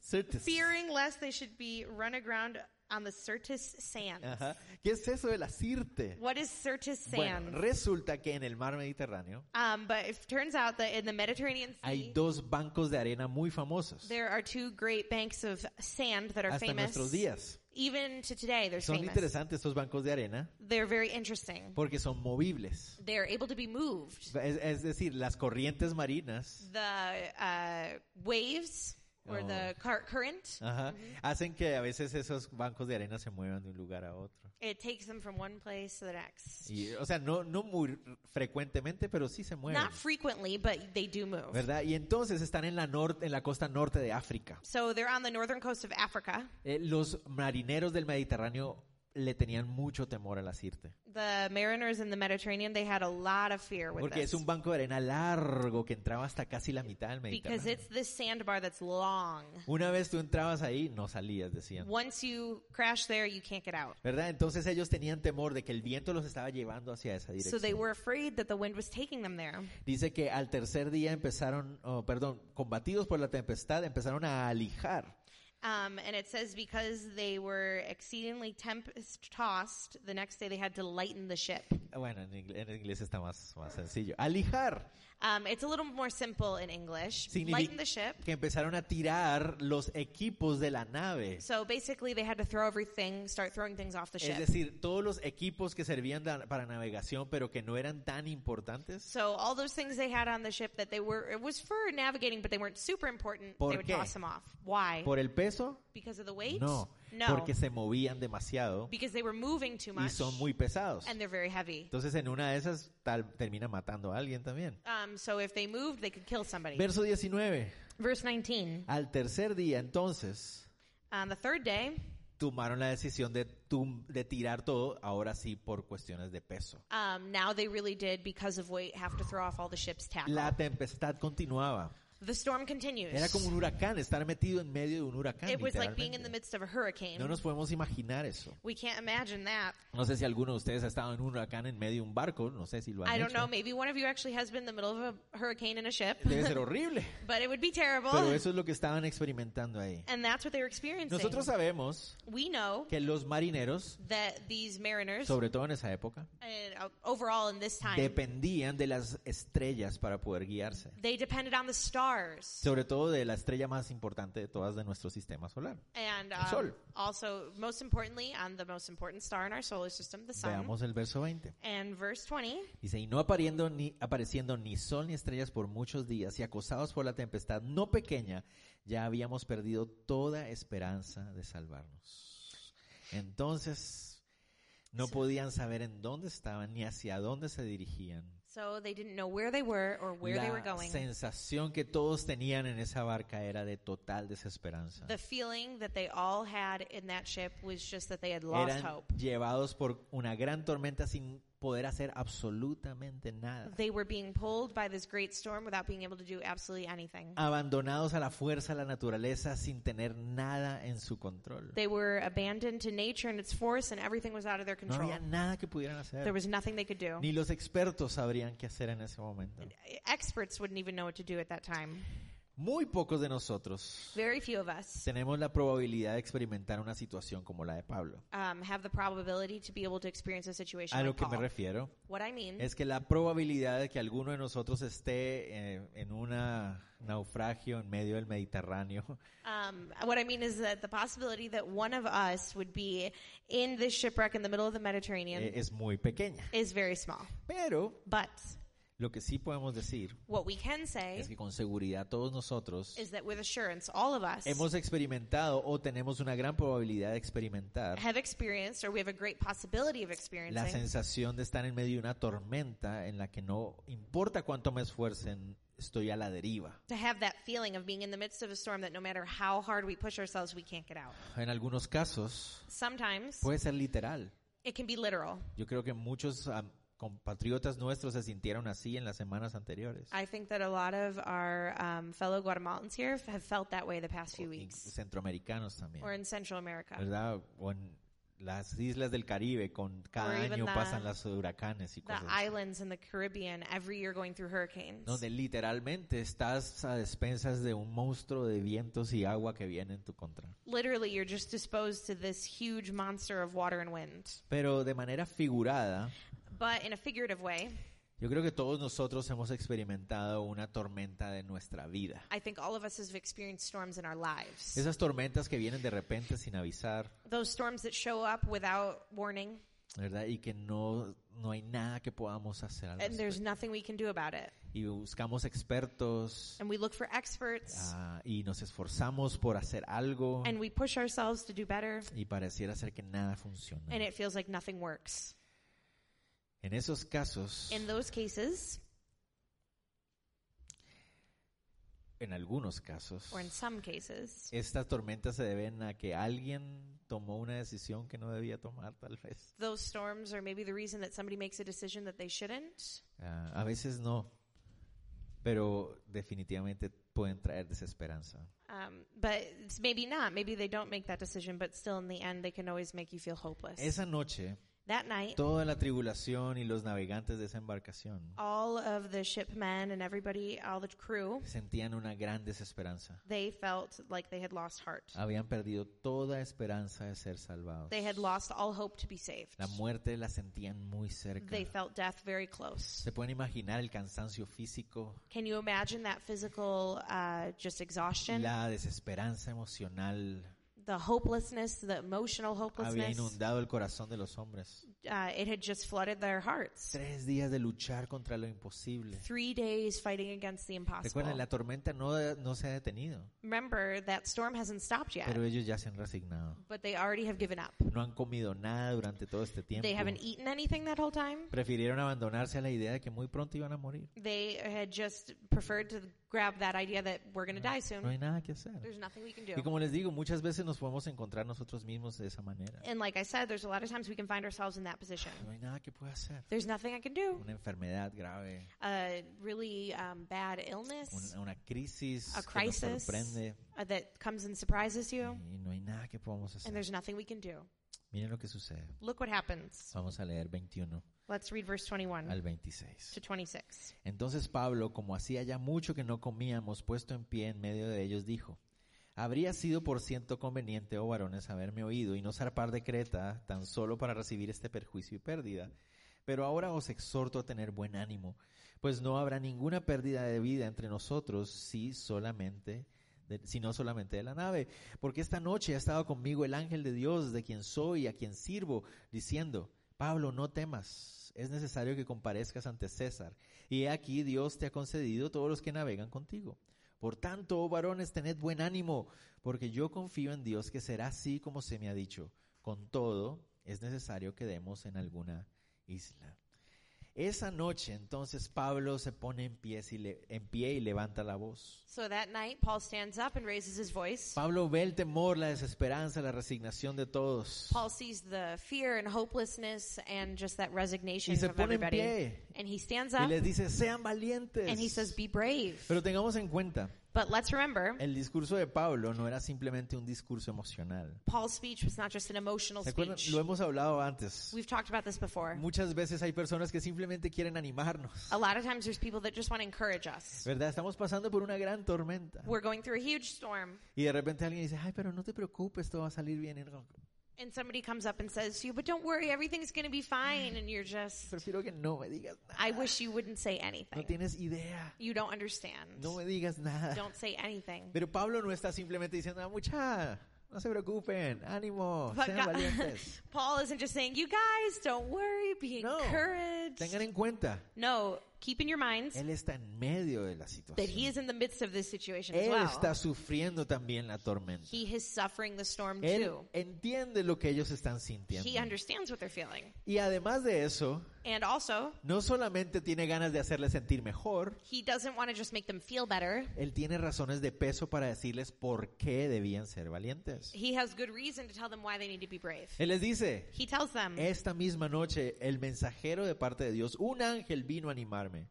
Sirtes. Fearing lest they should be run aground on the Syrtis sands. Ajá. ¿Qué es eso de la sirte? What is Syrtis Bueno, sands? resulta que en el mar Mediterráneo um, but it turns out that in the Mediterranean hay Sea, dos bancos de arena muy famosos there are two great banks of sand that are hasta famous. nuestros días. Even to today, they're Son famous. interesantes estos bancos de arena They're very interesting. porque son movibles. They're able to be moved. Es, es decir, las corrientes marinas The uh, waves or Oh. Ah. the car- current, ajá, hacen que a veces esos bancos de arena se muevan de un lugar a otro. it takes them from one place to the next. Y, o sea, no, no muy frecuentemente, pero sí se mueven. Not frequently, but they do move. ¿Verdad? Y entonces están en la, norte, en la costa norte de África. So they're on the northern coast of Africa. Eh, los marineros del Mediterráneo le tenían mucho temor a la sirte. The mariners in the Mediterranean, they had a lot of fear with Porque this. es un banco de arena largo que entraba hasta casi la mitad del because Mediterráneo. it's this sandbar that's long. Una vez tú entrabas ahí, no salías, decían. Once you crash there, you can't get out. ¿Verdad? Entonces ellos tenían temor de que el viento los estaba llevando hacia esa So dirección. they were afraid that the wind was taking them there. Dice que al tercer día empezaron, oh, perdón, combatidos por la tempestad, empezaron a alijar. Um, and it says because they were exceedingly tempest tossed, the next day they had to lighten the ship. Bueno, en, ingle- en inglés está más, más sencillo. Alijar Um, it's a little more simple in English. Lighten the significa ship. que empezaron a tirar los equipos de la nave. So basically, they had to throw everything, start throwing things off the Es ship. decir, todos los equipos que servían da- para navegación, pero que no eran tan importantes. So all those things they had on the ship that they were it was for navigating, but they weren't super important. ¿Por they would qué? toss them off. Why? ¿Por el peso? because of the weight? No, No. porque se movían demasiado because they were moving too y much son muy pesados. and they're very heavy. Entonces en una de esas tal, termina matando a alguien también. Um, so if they moved, they could kill somebody. Verso 19. Verse 19. Al tercer día entonces On the third day, tomaron la decisión de, tum- de tirar todo, ahora sí por cuestiones de peso. um, now they really did, because of weight, have to throw off all the ship's tackle. La tempestad continuaba. the storm continues. Era como un huracán, estar metido en medio de un huracán. it was like being in the literalmente. midst of a hurricane. No nos podemos imaginar eso. we can't imagine that. No sé si alguno de ustedes ha estado en un huracán en medio de un barco, no sé si lo han I don't know. hecho. Maybe one of you actually has been in the middle of a hurricane in a ship, Debe ser horrible, but it would be terrible. pero eso es lo que estaban experimentando ahí. And that's what they were experiencing. Nosotros sabemos we know que los marineros, that these mariners, sobre todo en esa época, and uh, overall in this time, dependían de las estrellas para poder guiarse, they depended on the stars. sobre todo de la estrella más importante de todas de nuestro sistema solar. And El sol. um, also, most importantly, on the most important star in our solar system, the sun. Veamos el verso 20. And verse 20. Dice, y no apareciendo ni, apareciendo ni sol ni estrellas por muchos días y acosados por la tempestad no pequeña, ya habíamos perdido toda esperanza de salvarnos. Entonces, no podían saber en dónde estaban ni hacia dónde se dirigían. So they didn't know where they were or where they were La going. sensación que todos tenían en esa barca era de total desesperanza. The feeling that they all had in that ship was just that they had lost Eran hope. llevados por una gran tormenta sin poder hacer absolutamente nada. They were being pulled by this great storm without being able to do absolutely Ah. anything. Abandonados a la fuerza de la naturaleza sin tener nada en su control. They were abandoned to nature and its force, and everything was out of their No control. había nada que pudieran There hacer. was nothing they could do. Ni los expertos sabrían qué hacer en ese momento. Experts wouldn't even know what to do at that time. Muy pocos de nosotros Very few of us tenemos la probabilidad de experimentar una situación como la de Pablo. um, have the probability to be able to experience a situation A lo like que me Paul. refiero What I mean es que la probabilidad de que alguno de nosotros esté eh, en un naufragio en medio del Mediterráneo Um, what I mean is that the possibility that one of us would be in this shipwreck in the middle of the Mediterranean eh, es muy pequeña. is very small. Pero But lo que sí podemos decir what we can say es que con seguridad todos nosotros is that with assurance, all of us hemos experimentado o tenemos una gran probabilidad de experimentar have experienced, or we have a great possibility of la experiencing, sensación de estar en medio de una tormenta en la que no importa cuánto me esfuercen, estoy a la deriva. to have that feeling of being in the midst of a storm that no matter how hard we push ourselves, we can't get out. En algunos casos Sometimes puede ser literal. it can be literal. Yo creo que muchos am, compatriotas nuestros se sintieron así en las semanas anteriores. I think that a lot of our um, fellow Guatemalans here f- have felt that way the past few Y weeks, centroamericanos también. or in Central America. ¿Verdad? O en las islas del Caribe, con cada Or even año the- pasan los huracanes y the cosas así. islands in the Caribbean every year going through hurricanes. Donde literalmente estás a despensas de un monstruo de vientos y agua que viene en tu contra. Literally, you're just disposed to this huge monster of water and wind. Pero de manera figurada, But in a figurative way, yo creo que todos nosotros hemos experimentado una tormenta de nuestra vida. I think all of us have experienced storms in our lives. Esas tormentas que vienen de repente sin avisar, Those storms that show up without warning, ¿verdad? Y que no, no hay nada que podamos hacer al and there's respecto. nothing we can do about it. Y buscamos expertos And we look for experts, ah, y nos esforzamos por hacer algo and we push ourselves to do better, y pareciera ser que nada and funciona. it feels like nothing works. En esos casos, In those cases, en algunos casos, or in some cases, estas tormentas se deben a que alguien tomó una decisión que no debía tomar, tal vez. those storms are maybe the reason that somebody makes a decision that they shouldn't. Ah, a veces no, pero definitivamente pueden traer desesperanza. Um, but it's maybe not. Maybe they don't make that decision, but still, in the end, they can always make you feel hopeless. Esa noche, that night, toda la tribulación y los navegantes de esa embarcación all of the shipmen and everybody, all the crew, sentían una gran desesperanza. they felt like they had lost heart. Habían perdido toda esperanza de ser salvados. They had lost all hope to be saved. La muerte la sentían muy cerca. They felt death very close. Se pueden imaginar el cansancio físico, Can you imagine that physical uh, just exhaustion? la desesperanza emocional. the hopelessness, the emotional Había hopelessness. inundado el corazón de los hombres. Uh, it had just flooded their hearts. Tres días de luchar contra lo imposible. Three days fighting against the impossible. Recuerden, la tormenta no, no se ha detenido, Remember, that storm hasn't stopped yet. pero ellos ya se han resignado. But they already have given up. No han comido nada durante todo este tiempo. They haven't eaten anything that whole time. Prefirieron abandonarse a la idea de que muy pronto iban a morir. They had just preferred to grab that idea that we're going to die No soon. hay nada que hacer. There's nothing we can Y do. como les digo, muchas veces nos podemos encontrar nosotros mismos de esa manera. And like I said, there's a lot of times we can find ourselves in that position. No hay nada que pueda hacer. There's nothing I can do. Una enfermedad grave, A really um, bad illness una, una crisis A que nos crisis. sorprende uh, that comes and surprises you, y no hay nada que podamos hacer. and there's nothing we can do. Miren lo que sucede. Look what happens. Vamos a leer 21 Let's read verse 21 al 26. to 26. Entonces Pablo, como hacía ya mucho que no comíamos, puesto en pie en medio de ellos, dijo, Habría sido por ciento conveniente, oh varones, haberme oído y no zarpar de Creta tan solo para recibir este perjuicio y pérdida. Pero ahora os exhorto a tener buen ánimo, pues no habrá ninguna pérdida de vida entre nosotros si solamente de- sino solamente de la nave, porque esta noche ha estado conmigo el ángel de Dios, de quien soy y a quien sirvo, diciendo, Pablo, no temas, es necesario que comparezcas ante César, y he aquí Dios te ha concedido todos los que navegan contigo. Por tanto, oh varones, tened buen ánimo, porque yo confío en Dios que será así como se me ha dicho. Con todo, es necesario que demos en alguna isla. Esa noche entonces Pablo se pone en pie, y le- en pie y levanta la voz. So that night, Paul stands up and raises his voice. Pablo ve el temor, la desesperanza, la resignación de todos. Paul sees the fear and hopelessness and just that resignation Y se of pone en everybody. pie. And he stands Y up les dice, sean and he says, valientes. Be brave. Pero tengamos en cuenta, But let's remember, el discurso de Pablo no era simplemente un discurso emocional. Paul's speech was not just an emotional ¿Se acuerdan? speech. Lo hemos hablado antes. We've talked about this before. Muchas veces hay personas que simplemente quieren animarnos. A lot of times there's people that just want to encourage us. ¿Verdad? Estamos pasando por una gran tormenta. We're going through a huge storm, Y de repente alguien dice, ay, pero no te preocupes, todo va a salir bien. Y no, and somebody comes up and says to you, But don't worry, everything's going to be fine. And you're just, Prefiero que no me digas nada. I wish you wouldn't say No anything. tienes idea. You don't understand. No me digas nada. Don't say anything. Pero Pablo no está simplemente diciendo, ah, mucha, no se preocupen, ánimo, But sean God- valientes. Paul isn't just saying, you guys, don't worry, be No. encouraged. Tengan en cuenta, No, keep in your minds él está en medio de la that he situación. is in the midst of this situation as Él está well. sufriendo también la tormenta. He is suffering the storm Él too. entiende lo que ellos están sintiendo. He understands what they're feeling. Y además de eso, And also, no solamente tiene ganas de hacerles sentir mejor, he doesn't want to just make them feel better. él tiene razones de peso para decirles por qué debían ser valientes. He has good reason to tell them why they need to be brave. Él les dice, He tells them, esta misma noche el mensajero de parte de Dios, un ángel vino a animarme.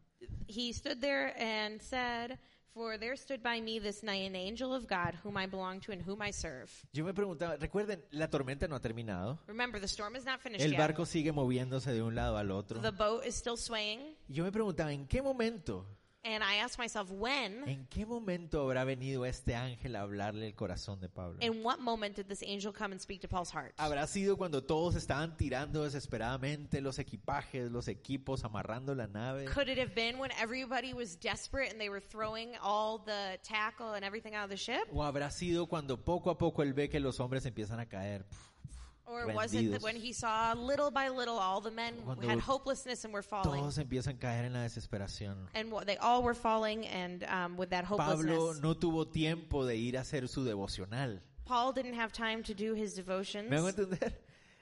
he stood there and said, for there stood by me this night an angel of God whom I belong to and whom I serve. Yo me preguntaba, recuerden, la tormenta no ha terminado. Remember, the storm is not finished El yet. barco sigue moviéndose de un lado al otro. The boat is still swaying. Y Yo me preguntaba, ¿en qué momento? And I asked myself, when? ¿En qué momento habrá venido este ángel a hablarle el corazón de Pablo? In what moment did this angel come and speak to Paul's heart? ¿Habrá sido cuando todos estaban tirando desesperadamente los equipajes, los equipos, amarrando la nave? Could it have been when everybody was desperate and they were throwing all the tackle and everything out of the ship? ¿O habrá sido cuando poco a poco él ve que los hombres empiezan a caer? Pff, Or was it Rendidos. that when he saw little by little all the men Cuando had hopelessness and were falling? Todos empiezan a caer en la desesperación. And what, they all were falling and um, with that Pablo hopelessness. no tuvo tiempo de ir a hacer su devocional. Paul didn't have time to do his ¿Me hago devotions. entender?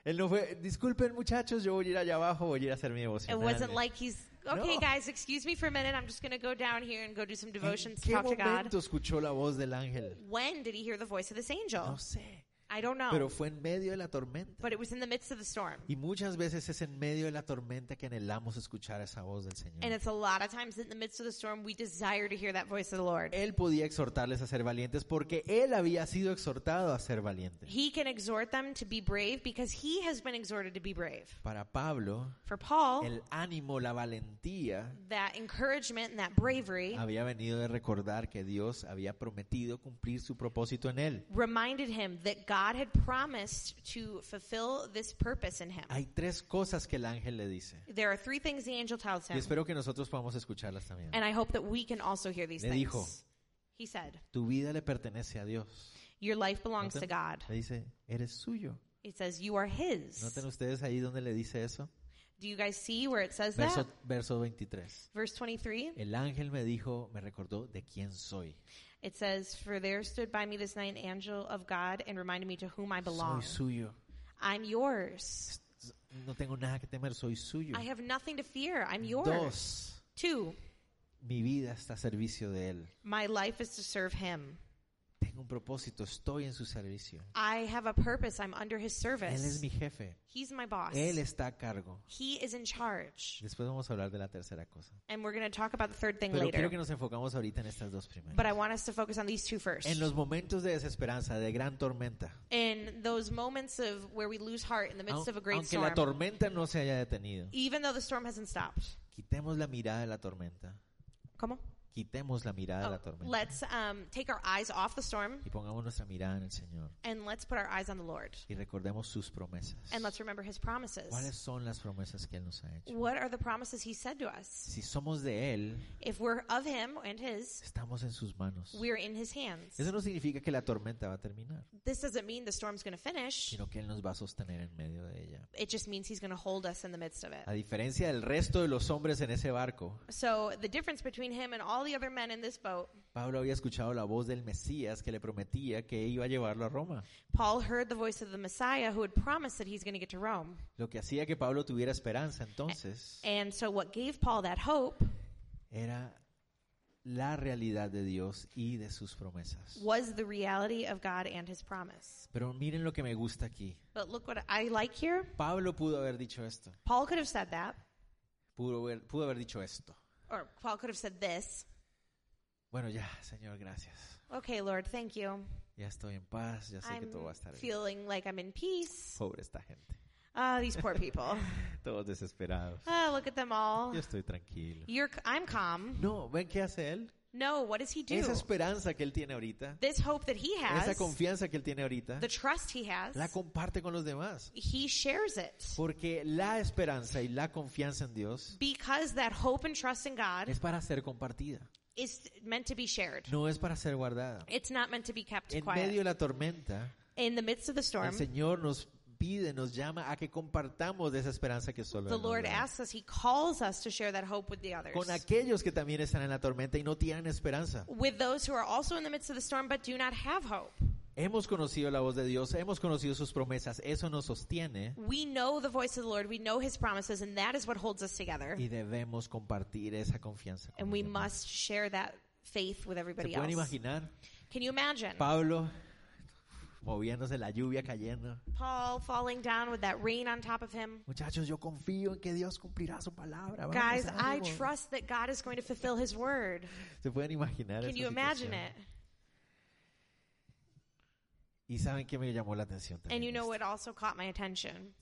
Él no fue, disculpen muchachos, yo voy a ir allá abajo, voy a ir a hacer mi It devocional. wasn't like he's, okay No. guys, excuse me for a minute. I'm just going to go down here and go do some ¿En devotions, qué talk to God. momento escuchó la voz del ángel? When did he hear the voice of this No angel? sé, I don't know. pero fue en medio de la tormenta. But it was in the midst of the storm. Y muchas veces es en medio de la tormenta que anhelamos escuchar esa voz del Señor. And it's a lot of times in the midst of the storm, we desire to hear that voice of the Lord. Él podía exhortarles a ser valientes porque él había sido exhortado a ser valiente. He can exhort them to be brave because he has been exhorted to be brave. Para Pablo, For Paul, el ánimo, la valentía that encouragement and that bravery había venido de recordar que Dios había prometido cumplir su propósito en él. reminded him that God had promised to fulfill this purpose in him. Hay tres cosas que el ángel le dice. There are three things the angel tells Y him, espero que nosotros podamos escucharlas también. and I hope that we can also hear these Le dijo. things. He said, Tu vida le pertenece a Dios. Your life belongs to Noten, God. Le dice, eres suyo. It says, You are his. Noten ustedes ahí donde le dice eso. Do you guys see where it says that? Verso, verso 23. Verse 23. El ángel me dijo, me recordó de quién soy. It says, For there stood by me this night an angel of God and reminded me to whom I Soy belong. suyo. I'm yours. No tengo nada que temer, soy suyo. I have nothing to fear. I'm yours. Dos, Two, mi vida está a servicio de él. my life is to serve him. Tengo un propósito, estoy en su servicio. I have a purpose. I'm under his Él service. es mi jefe. He's my boss. Él está a cargo. He is in charge. Después vamos a hablar de la tercera cosa. And we're going to talk about the third thing Pero later. quiero que nos enfocamos ahorita en estas dos primeras. But I want us to focus on these two first. En los momentos de desesperanza, de gran tormenta, in those moments of where we lose heart in the midst au- of a great aunque storm, la tormenta no se haya detenido, even though the storm hasn't stopped. quitemos la mirada de la tormenta, Como? quitemos la mirada de la tormenta Oh, let's um, take our eyes off the storm y pongamos nuestra mirada en el Señor and let's put our eyes on the Lord. y recordemos sus promesas. And let's remember his promises. ¿Cuáles son las promesas que Él nos ha hecho? What are the promises he said to us? Si somos de Él, If we're of him and his, estamos en sus manos. we're in his hands. Eso no significa que la tormenta va a terminar, This doesn't mean the storm's going to finish. sino que Él nos va a sostener en medio de ella. It just means he's going to hold us in the midst of A it. diferencia del resto de los hombres en ese barco, So the difference between him and all all the other men in this boat. Pablo había escuchado la voz del Mesías que le prometía que iba a llevarlo a Roma, Paul heard the voice of the Messiah who had promised that he's going to get to Rome. lo que hacía que Pablo tuviera esperanza entonces And so, what gave Paul that hope era la realidad de Dios y de sus promesas. was the reality of God and his promise. Pero miren lo que me gusta aquí. But look what I like here. Pablo pudo haber dicho esto, Paul could have said that, pudo haber, pudo haber dicho esto. or Paul could have said this. Bueno, ya, Señor, gracias. Okay, Lord, thank you. Ya estoy en paz, ya sé que I'm todo va a estar bien. feeling like I'm in peace. Pobre esta gente, Ah, these poor people. todos desesperados. Ah, look at them all. Yo estoy tranquilo. You're, c- I'm calm. No, ¿ven qué hace él? No, what does he do? Esa esperanza que él tiene ahorita, This hope that he esa has, confianza que él tiene ahorita, the trust he has, la comparte con los demás. he shares it. Porque la esperanza y la confianza en Dios Because that hope and trust in God es para ser compartida, is meant to be shared. no es para ser guardada. It's not meant to be kept En medio de quiet. la tormenta, In the midst of the el storm, Señor nos pide, nos llama a que compartamos de esa esperanza que solo the Él nos Lord da. asks us, He calls us to share that hope with the others. con aquellos que también están en la tormenta y no tienen esperanza. With those who are also in the midst of the storm but do not have hope. Hemos conocido la voz de Dios, hemos conocido sus promesas, eso nos sostiene We know the voice of the Lord, we know His promises, and that is what holds us together. y debemos compartir esa confianza. con And los we demás. must share that faith with ¿Se everybody pueden else. imaginar? Can you imagine? Pablo moviéndose, la lluvia cayendo. Paul falling down with that rain on top of him. Muchachos, yo confío en que Dios cumplirá su palabra. Vamos, Guys, I ánimo. trust that God is going to fulfill His word. ¿Se pueden imaginar? Can esa you imagine situación? it? Y saben que me llamó la atención también. And you know esto. what also caught my attention?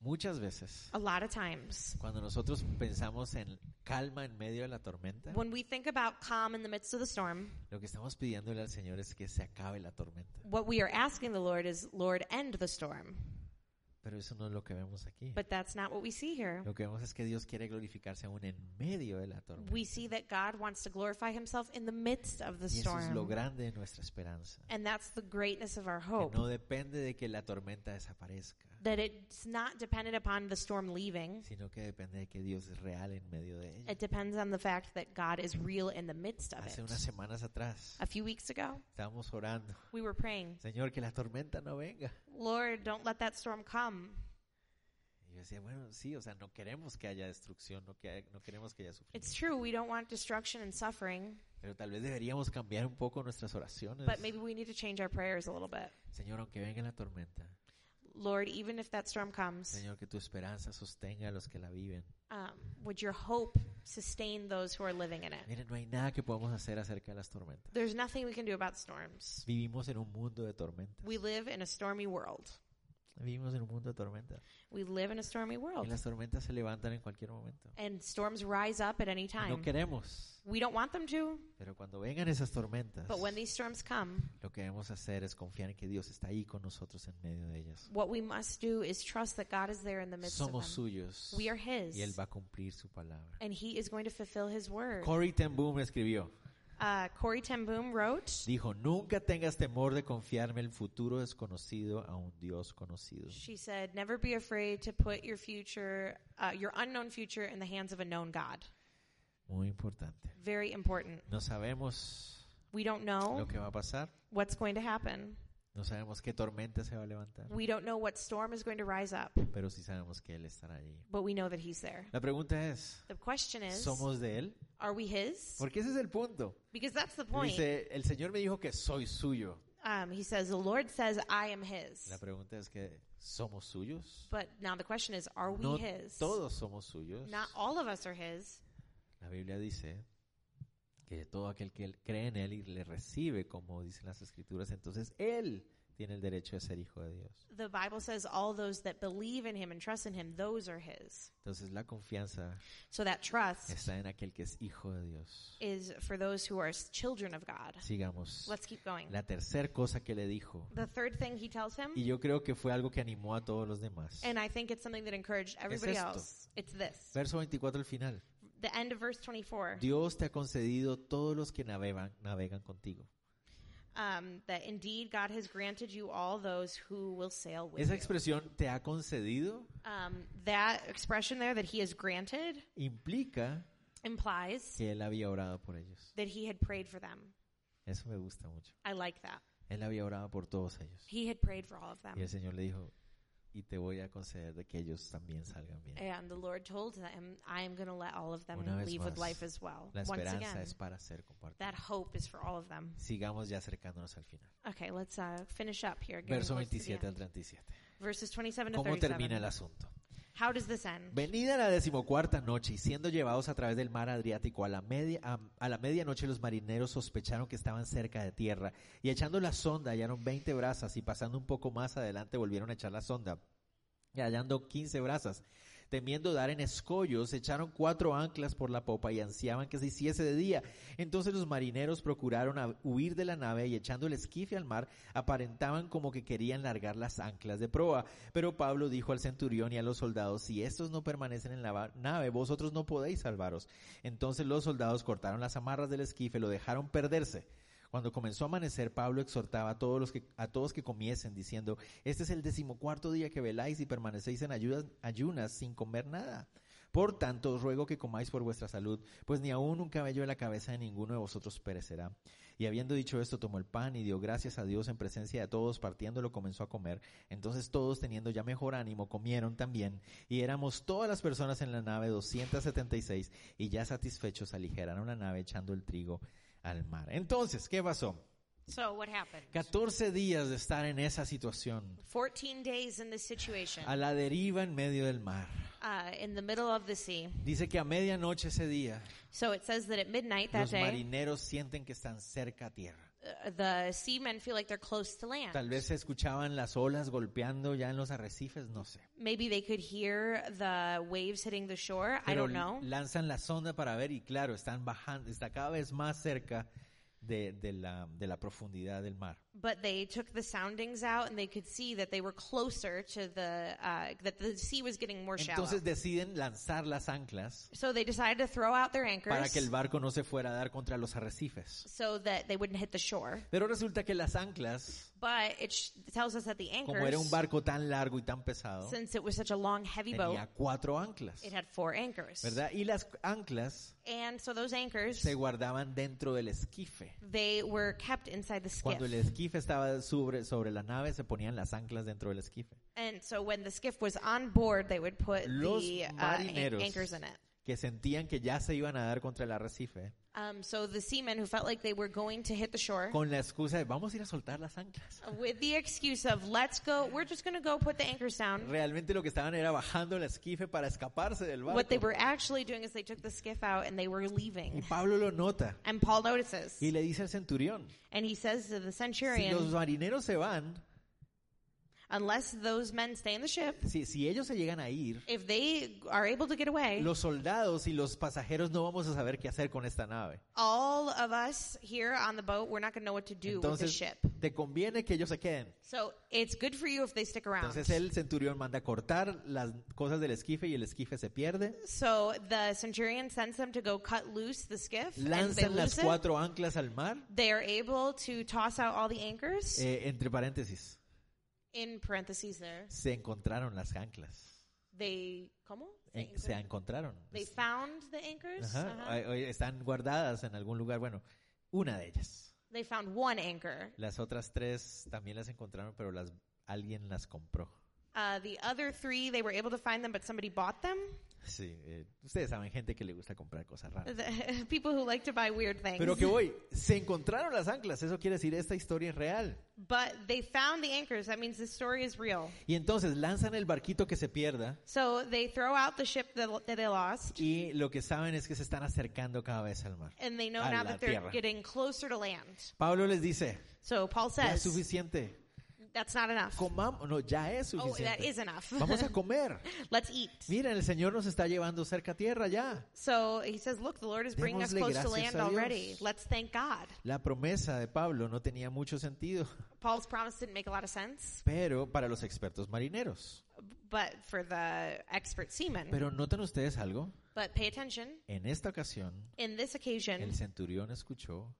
Muchas veces, A lot of times, cuando nosotros pensamos en calma en medio de la tormenta, when we think about calm in the midst of the storm, lo que estamos pidiéndole al Señor es que se acabe la tormenta. what we are asking the Lord is, Lord, end the storm. Pero eso no es lo que vemos aquí. But that's not what we see here. Lo que vemos es que Dios quiere glorificarse aún en medio de la tormenta. We see that God wants to glorify Himself in the midst of the Y eso es lo storm. grande de nuestra esperanza. And that's the greatness of our Que hope. no depende de que la tormenta desaparezca, That it's not dependent upon the storm leaving, sino que depende de que Dios es real en medio de ella. it depends on the fact that God is real in the midst of Hace it. unas semanas atrás A few weeks ago, estábamos orando, we were praying, Señor, que la tormenta no venga. Lord, don't let that storm come. Y yo decía, bueno, sí, o sea, no queremos que haya destrucción, no, que hay- no queremos que haya sufrimiento. It's true, we don't want destruction and suffering, Pero tal vez deberíamos cambiar un poco nuestras oraciones. but maybe we need to change our prayers a little bit. Señor, aunque venga la tormenta, Lord, even if that storm comes, Señor, que tu esperanza sostenga a los que la viven. um, would your hope sustain those who are living in it? Miren, no hay nada que podamos hacer acerca de las tormentas. There's nothing we can do about storms. Vivimos en un mundo de tormentas. We live in a stormy world. Vivimos en un mundo de tormentas. We live in a stormy Y world. las tormentas se levantan en cualquier momento. And storms rise up at any Y No time. queremos. We don't want them to, Pero cuando vengan esas tormentas, but when these storms come, lo que debemos hacer es confiar en que Dios está ahí con nosotros en medio de ellas. what we must do is trust that God is there in the midst of Somos them. suyos. We are Y Él His, va a cumplir su palabra. and He is going to fulfill His word. Corey Ten Boom escribió, Uh, Corey Ten Boom wrote, dijo, nunca tengas temor de confiarme el futuro desconocido a un Dios conocido. she said, "Never be afraid to put your future, uh, your unknown future, in the hands of a known God." Muy importante. Very important. No sabemos We don't lo know que va a pasar. what's going to happen. No sabemos qué tormenta se va a levantar. We don't know what storm is going to rise up, Pero sí sabemos que Él estará allí. but we know that He's there. La pregunta es, The question is, ¿somos de Él? are we His? Porque ese es el punto. Because that's the Él point. Dice, el Señor me dijo que soy suyo. Um, he says, "The Lord says, I am His." La pregunta es que, ¿somos suyos? But now the question is, are we No His? todos somos suyos. Not all of us are His. La Biblia dice que todo aquel que él- cree en Él y le recibe, como dicen las Escrituras, entonces Él tiene el derecho de ser hijo de Dios. The Bible says all those that believe in Him and trust in Him, those are His. Entonces la confianza So that trust está en aquel que es hijo de Dios. is for those who are s- children of God. Sigamos. Let's keep going. La tercera cosa que le dijo, The third thing he tells him, y yo creo que fue algo que animó a todos los demás. and I think it's something that encouraged everybody esto. else, it's this. Verso 24 al final. The end of verse 24. Dios te ha concedido todos los que navegan, navegan contigo. Um, that indeed God has granted you all those who will sail with Esa you. expresión te ha concedido Um, that expression there that he has granted implica implies que él había orado por ellos. that he had prayed for them. Eso me gusta mucho. I like that. Él había orado por todos ellos. He had prayed for all of Y them. el Señor le dijo, y te voy a conceder de que ellos también salgan bien. And the Lord told them, I am going to let all of them Una vez leave más, with life as well. La Once esperanza again, es para ser compartida. that hope is for all of them. Sigamos ya acercándonos al final. Okay, let's uh, finish up here. getting Verso close to the 27 al end. 37. Verses 27 to ¿Cómo termina 37. el asunto? How does this end? Venida la decimocuarta noche y siendo llevados a través del mar Adriático a la, media, a, a la medianoche los marineros sospecharon que estaban cerca de tierra y echando la sonda hallaron 20 brasas y pasando un poco más adelante volvieron a echar la sonda y hallando 15 brasas. Temiendo dar en escollos, echaron cuatro anclas por la popa y ansiaban que se hiciese de día. Entonces los marineros procuraron a- huir de la nave y echando el esquife al mar, aparentaban como que querían largar las anclas de proa. Pero Pablo dijo al centurión y a los soldados, si estos no permanecen en la va- nave, vosotros no podéis salvaros. Entonces los soldados cortaron las amarras del esquife, lo dejaron perderse. Cuando comenzó a amanecer, Pablo exhortaba a todos, los que, a todos que comiesen, diciendo, este es el decimocuarto día que veláis y permanecéis en ayudas- ayunas sin comer nada. Por tanto, os ruego que comáis por vuestra salud, pues ni aun un cabello de la cabeza de ninguno de vosotros perecerá. Y habiendo dicho esto, tomó el pan y dio gracias a Dios en presencia de todos, partiéndolo comenzó a comer. Entonces todos, teniendo ya mejor ánimo, comieron también. Y éramos todas las personas en la nave 276, y ya satisfechos aligeraron la nave echando el trigo al mar. Entonces, ¿qué pasó? So, what happened? 14 días de estar en esa situación, 14 days in this situation, a la deriva en medio del mar. uh, in the middle of the sea. Dice que a medianoche ese día, So it says that at midnight that los day, marineros sienten que están cerca a tierra. uh, the seamen feel like they're close to Tal land. vez se escuchaban las olas golpeando ya en los arrecifes, no sé. Maybe they could hear the waves hitting the shore. I Pero don't know. lanzan la sonda para ver y claro, están bajando, está cada vez más cerca de, de la, de la profundidad del mar. But they took the soundings out and they could see that they were closer to the, uh, that the sea was getting more shallow. Entonces deciden lanzar las anclas So they decided to throw out their para que el anchors barco no se fuera a dar contra los arrecifes. so that they wouldn't hit the shore. Pero resulta que las anclas But it sh- tells us that the como era un anchors, barco tan largo y tan pesado, since it was such a long, heavy boat, tenía cuatro anclas, it had four anchors. ¿verdad? Y las anclas And so those anchors, se guardaban dentro del esquife. they were kept inside the skiff. Cuando el esquife estaba sobre, sobre la nave, se ponían las anclas dentro del esquife. And so when the skiff was on board, they would put Los the uh, an- marineros anchors in it. que sentían que ya se iban a dar contra el arrecife, Um, so the seamen who felt like they were going to hit the shore con la excusa de vamos a ir a soltar las anclas. with the excuse of, let's go, we're just going to go put the anchors down. Realmente lo que estaban era bajando el esquife para escaparse del barco. What they were actually doing is they took the skiff out and they were Y leaving. Pablo lo nota And Paul notices. y le dice al centurión, And he says to the si los centurion, marineros se van, unless those men stay in the ship, si, si ellos se llegan a ir, if they are able to get away, los soldados y los pasajeros no vamos a saber qué hacer con esta nave. all of us here on the boat, we're not going to know what to do with the Entonces, ship. te conviene que ellos se queden. So it's good for you if they stick around. Entonces el centurión manda cortar las cosas del esquife y el esquife se pierde. So the centurion sends them to go cut loose the skiff, and they Lanzan las lose it. cuatro anclas al mar. They are able to toss out all the anchors. Eh, entre paréntesis, in parentheses, there se encontraron las anclas. they como En- se encontraron. they found the anchors. Ajá. Uh-huh. Ay, ay, Están guardadas en algún lugar. Bueno, una de ellas. They found one anchor. Las otras tres también las encontraron, pero las alguien las compró. Uh, the other three, they were able to find them, but somebody bought them. Sí, eh, ustedes saben, gente que le gusta comprar cosas raras. The- people who like to buy weird things. Ah. Pero que voy, se encontraron las anclas, eso quiere decir esta historia es real. But they found the anchors. That means the story is real. Y entonces lanzan el barquito que se pierda So they throw out the ship that, that they lost, y lo que saben es que se están acercando cada vez al mar. and they know A la now that they're tierra. getting closer to land. Pablo les dice, So Paul ya es says, suficiente, that's not enough. comamos, no, ya es Oh, that suficiente. is enough. Vamos a comer. Let's eat. Mira, el Señor nos está llevando cerca a tierra ya. So he says, look, the Lord is bringing us Démosle close to gracias land a Dios. already. Let's thank God. La promesa de Pablo no tenía mucho sentido, Paul's promise didn't make a lot of sense, pero para los expertos marineros. but for the expert seaman. Pero notan ustedes algo, but pay attention. en esta ocasión In this occasion, el centurión escuchó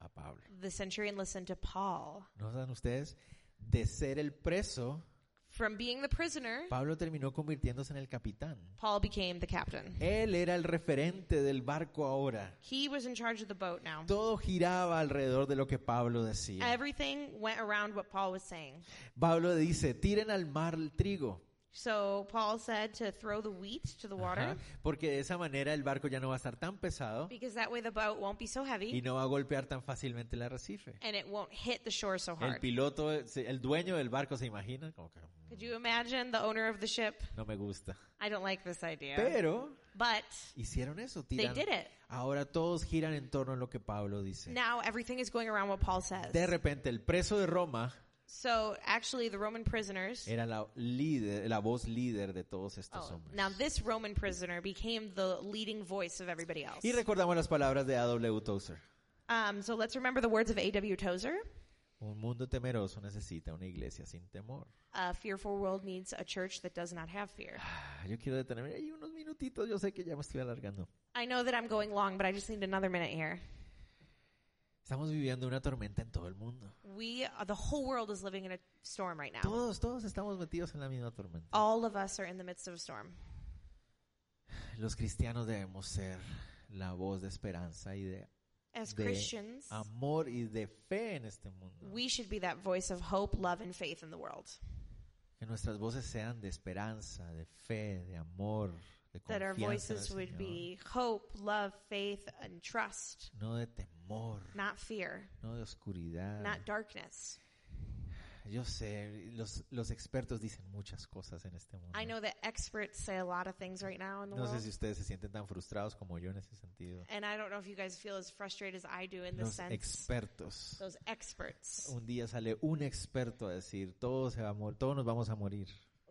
a Pablo. the centurion listened to Paul ¿No dan ustedes? De ser el preso From being the prisoner, Pablo terminó convirtiéndose en el capitán. Paul became the captain. Él era el referente del barco ahora. He was in charge of the boat now. Todo giraba alrededor de lo que Pablo Ah. decía. Everything went around what Paul was saying. Pablo dice, tiren al mar el trigo, So Paul said to throw the wheat to the water Ajá, porque de esa manera el barco ya no va a estar tan pesado because that way the boat won't be so y heavy no va a golpear tan fácilmente el arrecife. and it won't hit the shore so El hard. piloto, el dueño del barco se imagina, como que Could you imagine the owner of the ship? no me gusta. I don't like this idea. Pero But hicieron eso, they tiran. did it. Ahora todos giran en torno a lo que Pablo dice. Now everything is going around what Paul says. De repente el preso de Roma So actually, the Roman prisoners. era la líder, la voz líder de todos estos Oh, hombres. now this Roman prisoner became the leading voice of everybody else. Y recordamos las palabras de A.W. Tozer. Um, so let's remember the words of A.W. Tozer. Un mundo temeroso necesita una iglesia sin temor. A fearful world needs a church that does not have fear. Ah, Yo quiero detenerme ahí unos minutitos, yo sé que ya me estoy alargando. I know that I'm going long, but I just need another minute here. Estamos viviendo una tormenta en todo el mundo. We, uh, the whole world is living in a storm right now. Todos, todos estamos metidos en la misma tormenta. All of us are in the midst of a storm. Los cristianos debemos ser la voz de esperanza y de, As de Christians, amor y de fe en este mundo. we should be that voice of hope, love, and faith in the world. Que nuestras voces sean de esperanza, de fe, de amor, de That our confianza en el voices would Señor. be hope, love, faith, and trust, No de temor, not fear, no de oscuridad. not darkness. Yo sé, los, los expertos dicen muchas cosas en este mundo. I know that experts say a lot of things right now in the No sé world. si ustedes se sienten tan frustrados como yo en ese sentido. And I don't know if you guys feel as frustrated as I do in this Los sense. expertos. Those experts. Un día sale un experto a decir, todos, se va a mor- todos nos vamos a morir.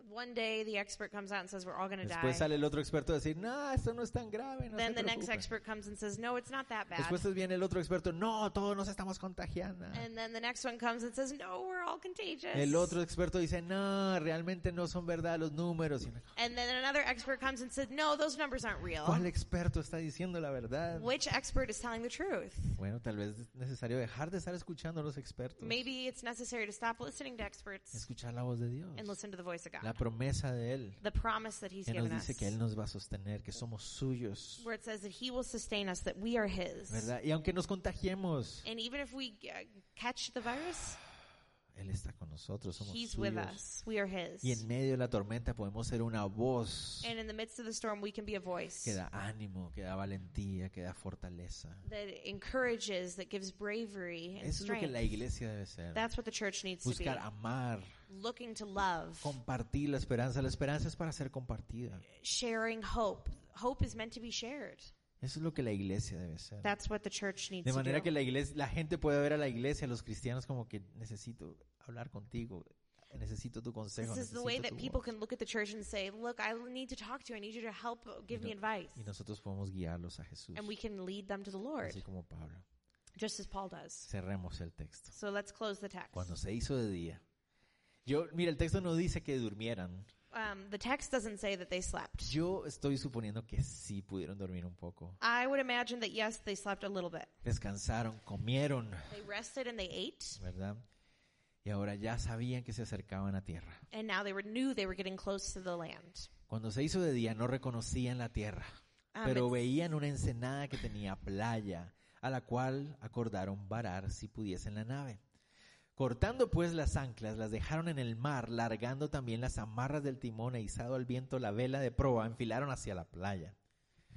One day the expert comes out and says we're all going to die. Después sale el otro experto a decir, no, esto no es tan grave. No se then the next preocupen". expert comes and says no, it's not that bad. Después viene el otro experto, no, todos nos estamos contagiando. and then the next one comes and says no, we're all contagious. El otro experto dice, no, realmente no son verdad los números. Y uno, and then another expert comes and says no, those numbers aren't real. ¿Cuál experto está diciendo la verdad? Which expert is telling the truth? Bueno, tal vez es necesario dejar de estar escuchando a los expertos. Maybe it's necessary to stop listening to experts Escuchar la voz de Dios. and listen to the voice of La God. promesa de Él. The promise that he's Que nos given dice us. que Él nos va a sostener, que somos suyos. Where it says that he will sustain us, that we are his. ¿Verdad? Y aunque nos contagiemos, And even if we uh, catch the virus, Él está con nosotros, somos He's with suyos. us. We are His. Y en medio de la tormenta podemos ser una voz And in the midst of the storm, we can be a voice que da ánimo, que da valentía, que da fortaleza. that encourages, that gives bravery and Eso es lo que la strength. iglesia debe ser. That's what the church needs to be. Buscar amar, Looking to love, compartir la esperanza. La esperanza es para ser compartida. sharing hope. Hope is meant to be shared. Eso es lo que la iglesia debe ser. That's what the church needs De to manera que do. la iglesia, la gente puede ver a la iglesia, a los cristianos como que necesito hablar contigo, necesito tu consejo, This is the way necesito that tu people voz. can look at the church and say, Look, I need to talk to you. I need you to help uh, give me advice. Y nosotros podemos guiarlos a Jesús, And we can lead them to the Lord, así como Pablo. just as Paul does. Cerremos el texto. So let's close the text. Cuando se hizo de día. Yo, mira, el texto no dice que durmieran. Um, the text doesn't say that they slept. Yo estoy suponiendo que sí pudieron dormir un poco. I would imagine that yes, they slept a little bit. Descansaron, comieron, They rested and they ate, ¿verdad? Y ahora ya sabían que se acercaban a tierra. and now they were knew they were getting close to the land. Cuando se hizo de día no reconocían la tierra, Ah, pero me- veían una ensenada que tenía playa, a la cual acordaron varar si pudiesen la nave. Cortando pues las anclas, las dejaron en el mar, largando también las amarras del timón e izado al viento la vela de proa, enfilaron hacia la playa.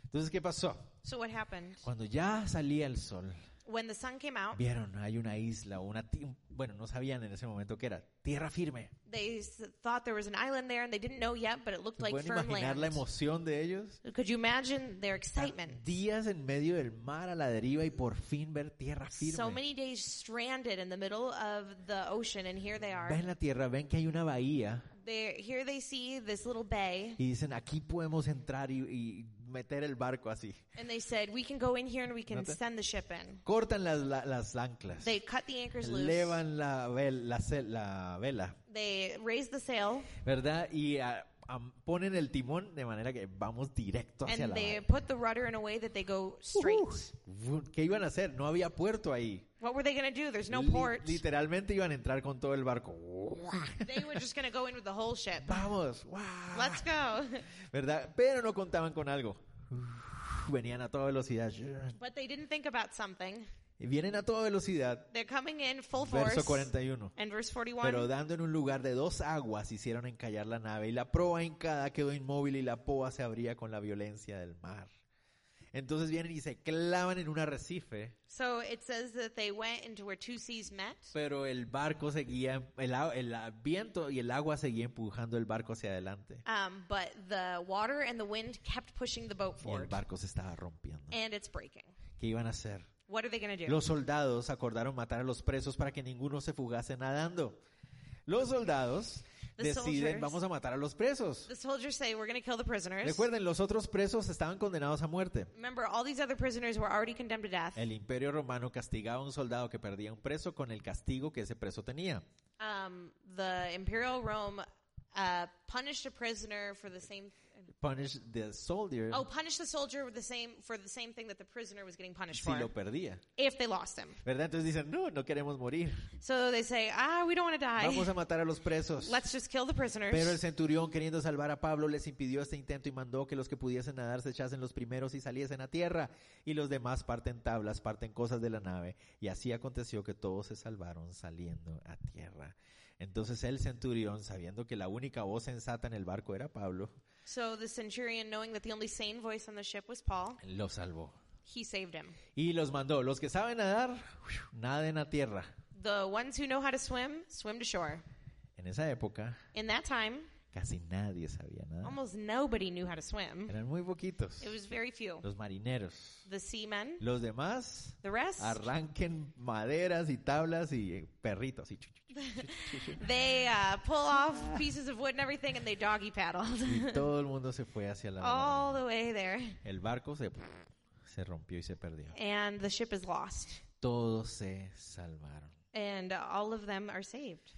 Entonces, ¿qué pasó? So what happened Cuando ya salía el sol, when the sun came out? vieron, hay una isla, una ti- bueno, no sabían en ese momento qué era, tierra firme. They s- thought there was an island there, and they didn't know yet, but it looked like ¿Pueden firm imaginar la land. emoción de ellos? Could you imagine their excitement? días en medio del mar a la deriva y por fin ver tierra firme. So many days stranded in the middle of the ocean, and here they are. Ven la tierra, ven que hay una bahía They here they see this little bay, y dicen aquí podemos entrar y, y meter el barco así. and they said, "We can go in here and we can Nota. send the ship in." Cortan las, la- las anclas, They cut the anchors loose. elevan la, vel- la, cel- la vela, They raised the sail. ¿verdad? Y ah, am- ponen el timón de manera que vamos directo hacia and la they bahía. put the rudder in a way that they go straight. Ujú. ¿Qué iban a hacer? No había puerto ahí. What were they going to do? There's no Li- port. Literalmente iban a entrar con todo el barco. ¡Guau! they were just going to go in with the whole ship. Vamos, ¡guau! Let's go. ¿verdad? Pero no contaban con algo. Uf, Venían a toda velocidad. But they didn't think about something. Y vienen a toda velocidad. They're coming in full force. Verso 41. And verse 41. Pero dando en un lugar de dos aguas hicieron encallar la nave y la proa hincada quedó inmóvil y la poa se abría con la violencia del mar. Entonces vienen y se clavan en un arrecife, so it says that they went into where two seas met. pero el barco seguía, el, a- el a- viento y el agua seguía empujando el barco hacia adelante. Um, but the water and the wind kept pushing the boat Y el forward. barco se estaba rompiendo. And it's breaking. ¿Qué iban a hacer? What are they going to do? Los soldados acordaron matar a los presos para que ninguno se fugase nadando. Los soldados The deciden, soldiers- vamos a matar a los presos. the soldiers say, We're going to kill the prisoners. Recuerden, los otros presos estaban condenados a muerte. Remember, all these other prisoners were already condemned to death. El imperio romano castigaba a un soldado que perdía un preso con el castigo que ese preso tenía. Um, the Imperial Rome uh, punished a prisoner for the same. Punish the soldier Oh, punished the soldier with the same for the same thing that the prisoner was getting punished si for lo perdía. if they lost him. ¿Verdad? Entonces dicen, no, no queremos morir. So they say, ah, we don't want to die. Vamos a matar a los presos. Let's just kill the prisoners. Pero el centurión, queriendo salvar a Pablo, les impidió este intento y mandó que los que pudiesen nadar se echasen los primeros y saliesen a tierra. Y los demás parten tablas, parten cosas de la nave. Y así aconteció que todos se salvaron saliendo a tierra. Entonces el centurión, sabiendo que la única voz sensata en el barco era Pablo, so the centurion, knowing that the only sane voice on the ship was Paul, lo salvó. he saved him. Y los mandó. Los que saben nadar, naden a tierra. The ones who know how to swim, swim to shore. En esa época, In that time, casi nadie sabía nada. almost nobody knew how to swim. Eran muy poquitos. It was very few. Los marineros. The seamen, Los demás, the rest, arranquen maderas y tablas y eh, perritos. Y chu, chu, chu. they uh, pull off pieces of wood and everything, and they doggy paddled Y todo el mundo se fue hacia la all the way there. El barco se, se rompió y se perdió. And the ship is lost, Todos se salvaron. and all of them are saved,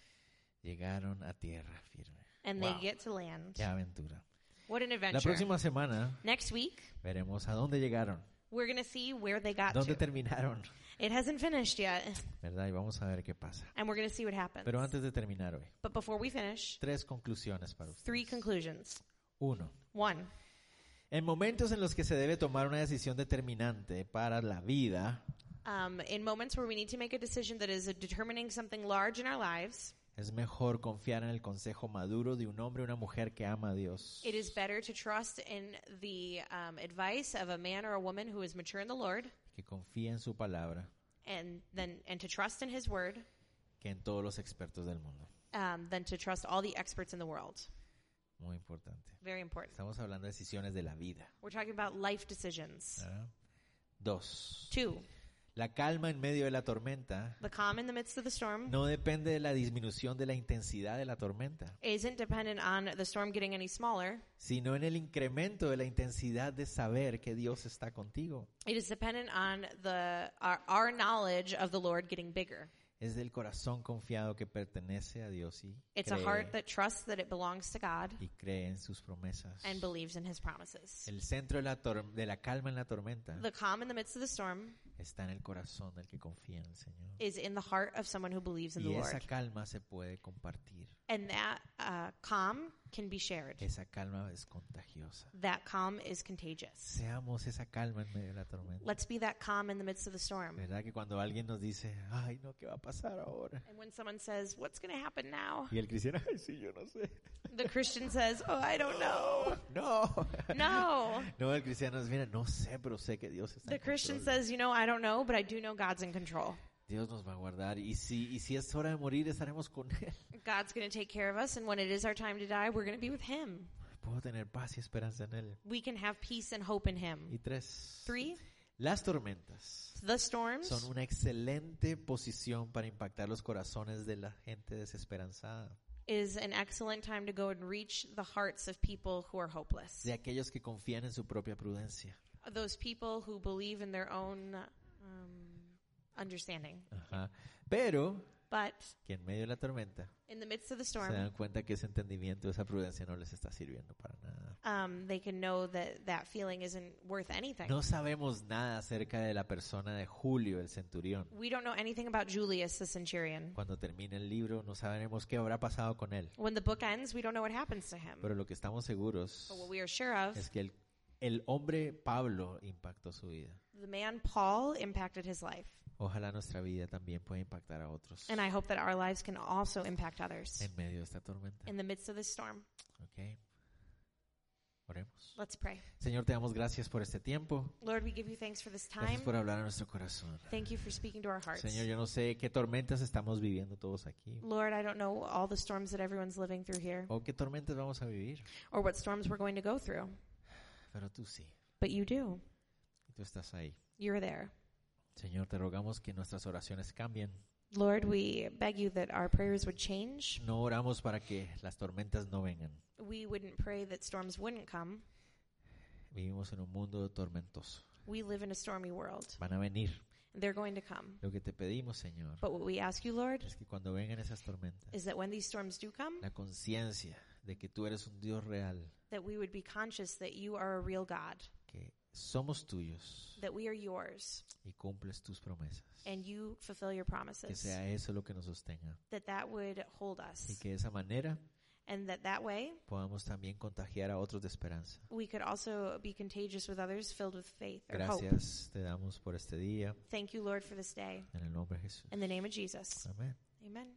Llegaron a tierra firme. and Wow. they get to land. Qué aventura. What an La adventure! próxima semana Next week, veremos a dónde llegaron, we're gonna see where they got dónde to. terminaron, It hasn't finished yet, ¿verdad? Y vamos a ver qué pasa. and we're gonna see what happens. Pero antes de terminar hoy, But before we finish, tres conclusiones para usted. three conclusions. Uno, One, en momentos en los que se debe tomar una decisión determinante para la vida, um, in moments where we need to make a decision that is determining something large in our lives, es mejor confiar en el consejo maduro de un hombre o una mujer que ama a Dios. it is better to trust in the um, advice of a man or a woman who is mature in the Lord, que confía en su palabra and then and to trust in His Word, que en todos los expertos del mundo. um, than to trust all the experts in the world. Muy importante. Very important. Estamos hablando de decisiones de la vida. We're talking about life decisions. ¿ah? Dos, Two, la calma en medio de la tormenta the calm in the midst of the storm no depende de la disminución de la intensidad de la tormenta, isn't dependent on the storm getting any smaller. sino en el incremento de la intensidad de saber que Dios está contigo. It is dependent on the our, our knowledge of the Lord getting bigger. Es del corazón confiado que pertenece a Dios y It's a cree, heart that trusts that it belongs to God y cree en sus promesas. and believes in His promises. El centro de la, tor- de la calma en la tormenta The calm in the midst of the storm está en el corazón del que confía en el Señor. is in the heart of someone who believes in the Y esa Lord, calma se puede compartir. and that uh, calm can be shared. Esa calma es contagiosa. That calm is contagious. Seamos esa calma en medio de la tormenta. Let's be that calm in the midst of the storm. ¿Verdad que cuando alguien nos dice, ay, no, ¿qué va a pasar ahora? And when someone says, "What's going to happen now?" Y el cristiano, ay, sí, yo no sé. The Christian says, "Oh, I don't know." No. No. No, el cristiano es, mira, no sé, pero sé que Dios está The en Christian control. says, "You know, I don't know, but I do know God's in control. Dios nos va a guardar. Y si, y si es hora de morir, estaremos con Él. God's going to take care of us, and when it is our time to die, we're going to be with Him. Puedo tener paz y esperanza en Él. We can have peace and hope in Him." Y tres. Three, Las tormentas the storms son una excelente posición para impactar los corazones de la gente desesperanzada. is an excellent time to go and reach the hearts of people who are hopeless. de aquellos que confían en su propia prudencia. Those people who believe in their own um, understanding. Ajá. Pero But que en medio de la tormenta in the midst of the se storm, dan cuenta que ese entendimiento, esa prudencia no les está sirviendo para nada. um, they can know that that feeling isn't worth anything. No sabemos nada acerca de la persona de Julio, el centurión. We don't know anything about Julius the centurion. Cuando termine el libro no sabremos qué habrá pasado con él. When the book ends, we don't know what happens to him. Pero lo que estamos seguros But what we are sure of, es que el, el hombre Pablo impactó su vida. the man Paul impacted his life. Ojalá nuestra vida también pueda impactar a otros And I hope that our lives can also impact others en medio de esta tormenta. in the midst of this storm. Ok. Oremos. Let's pray. Señor, te damos gracias por este tiempo. Lord, we give you thanks for this time. Gracias por hablar a nuestro corazón. Thank you for speaking to our hearts. Señor, yo no sé qué tormentas estamos viviendo todos aquí. Lord, I don't know all the storms that everyone's living through here O qué tormentas vamos a vivir. or what storms we're going to go through, Pero tú sí. but you do. y Tú estás ahí. You're there. Señor, te rogamos que nuestras oraciones cambien. Lord, we beg you that our prayers would change. No oramos para que las tormentas no vengan. We wouldn't pray that storms wouldn't come. Vivimos en un mundo tormentoso. We live in a stormy world. Van a venir. They're going to come. Lo que te pedimos, Señor, But what we ask you, Lord, es que cuando vengan esas tormentas, is that when these storms do come, la conciencia de que tú eres un Dios real, that we would be conscious that you are a real God, que somos tuyos that we are yours, y cumples tus promesas. and you fulfill your Que promises. sea eso lo que nos sostenga. That that would hold Y us, que de esa manera and that that way podamos también contagiar a otros de esperanza. we could also be contagious with others, filled with faith or hope. Gracias te damos por este día, Thank you, Lord, for this day. en el nombre de Jesús. In the name of Jesus, Amén. amen.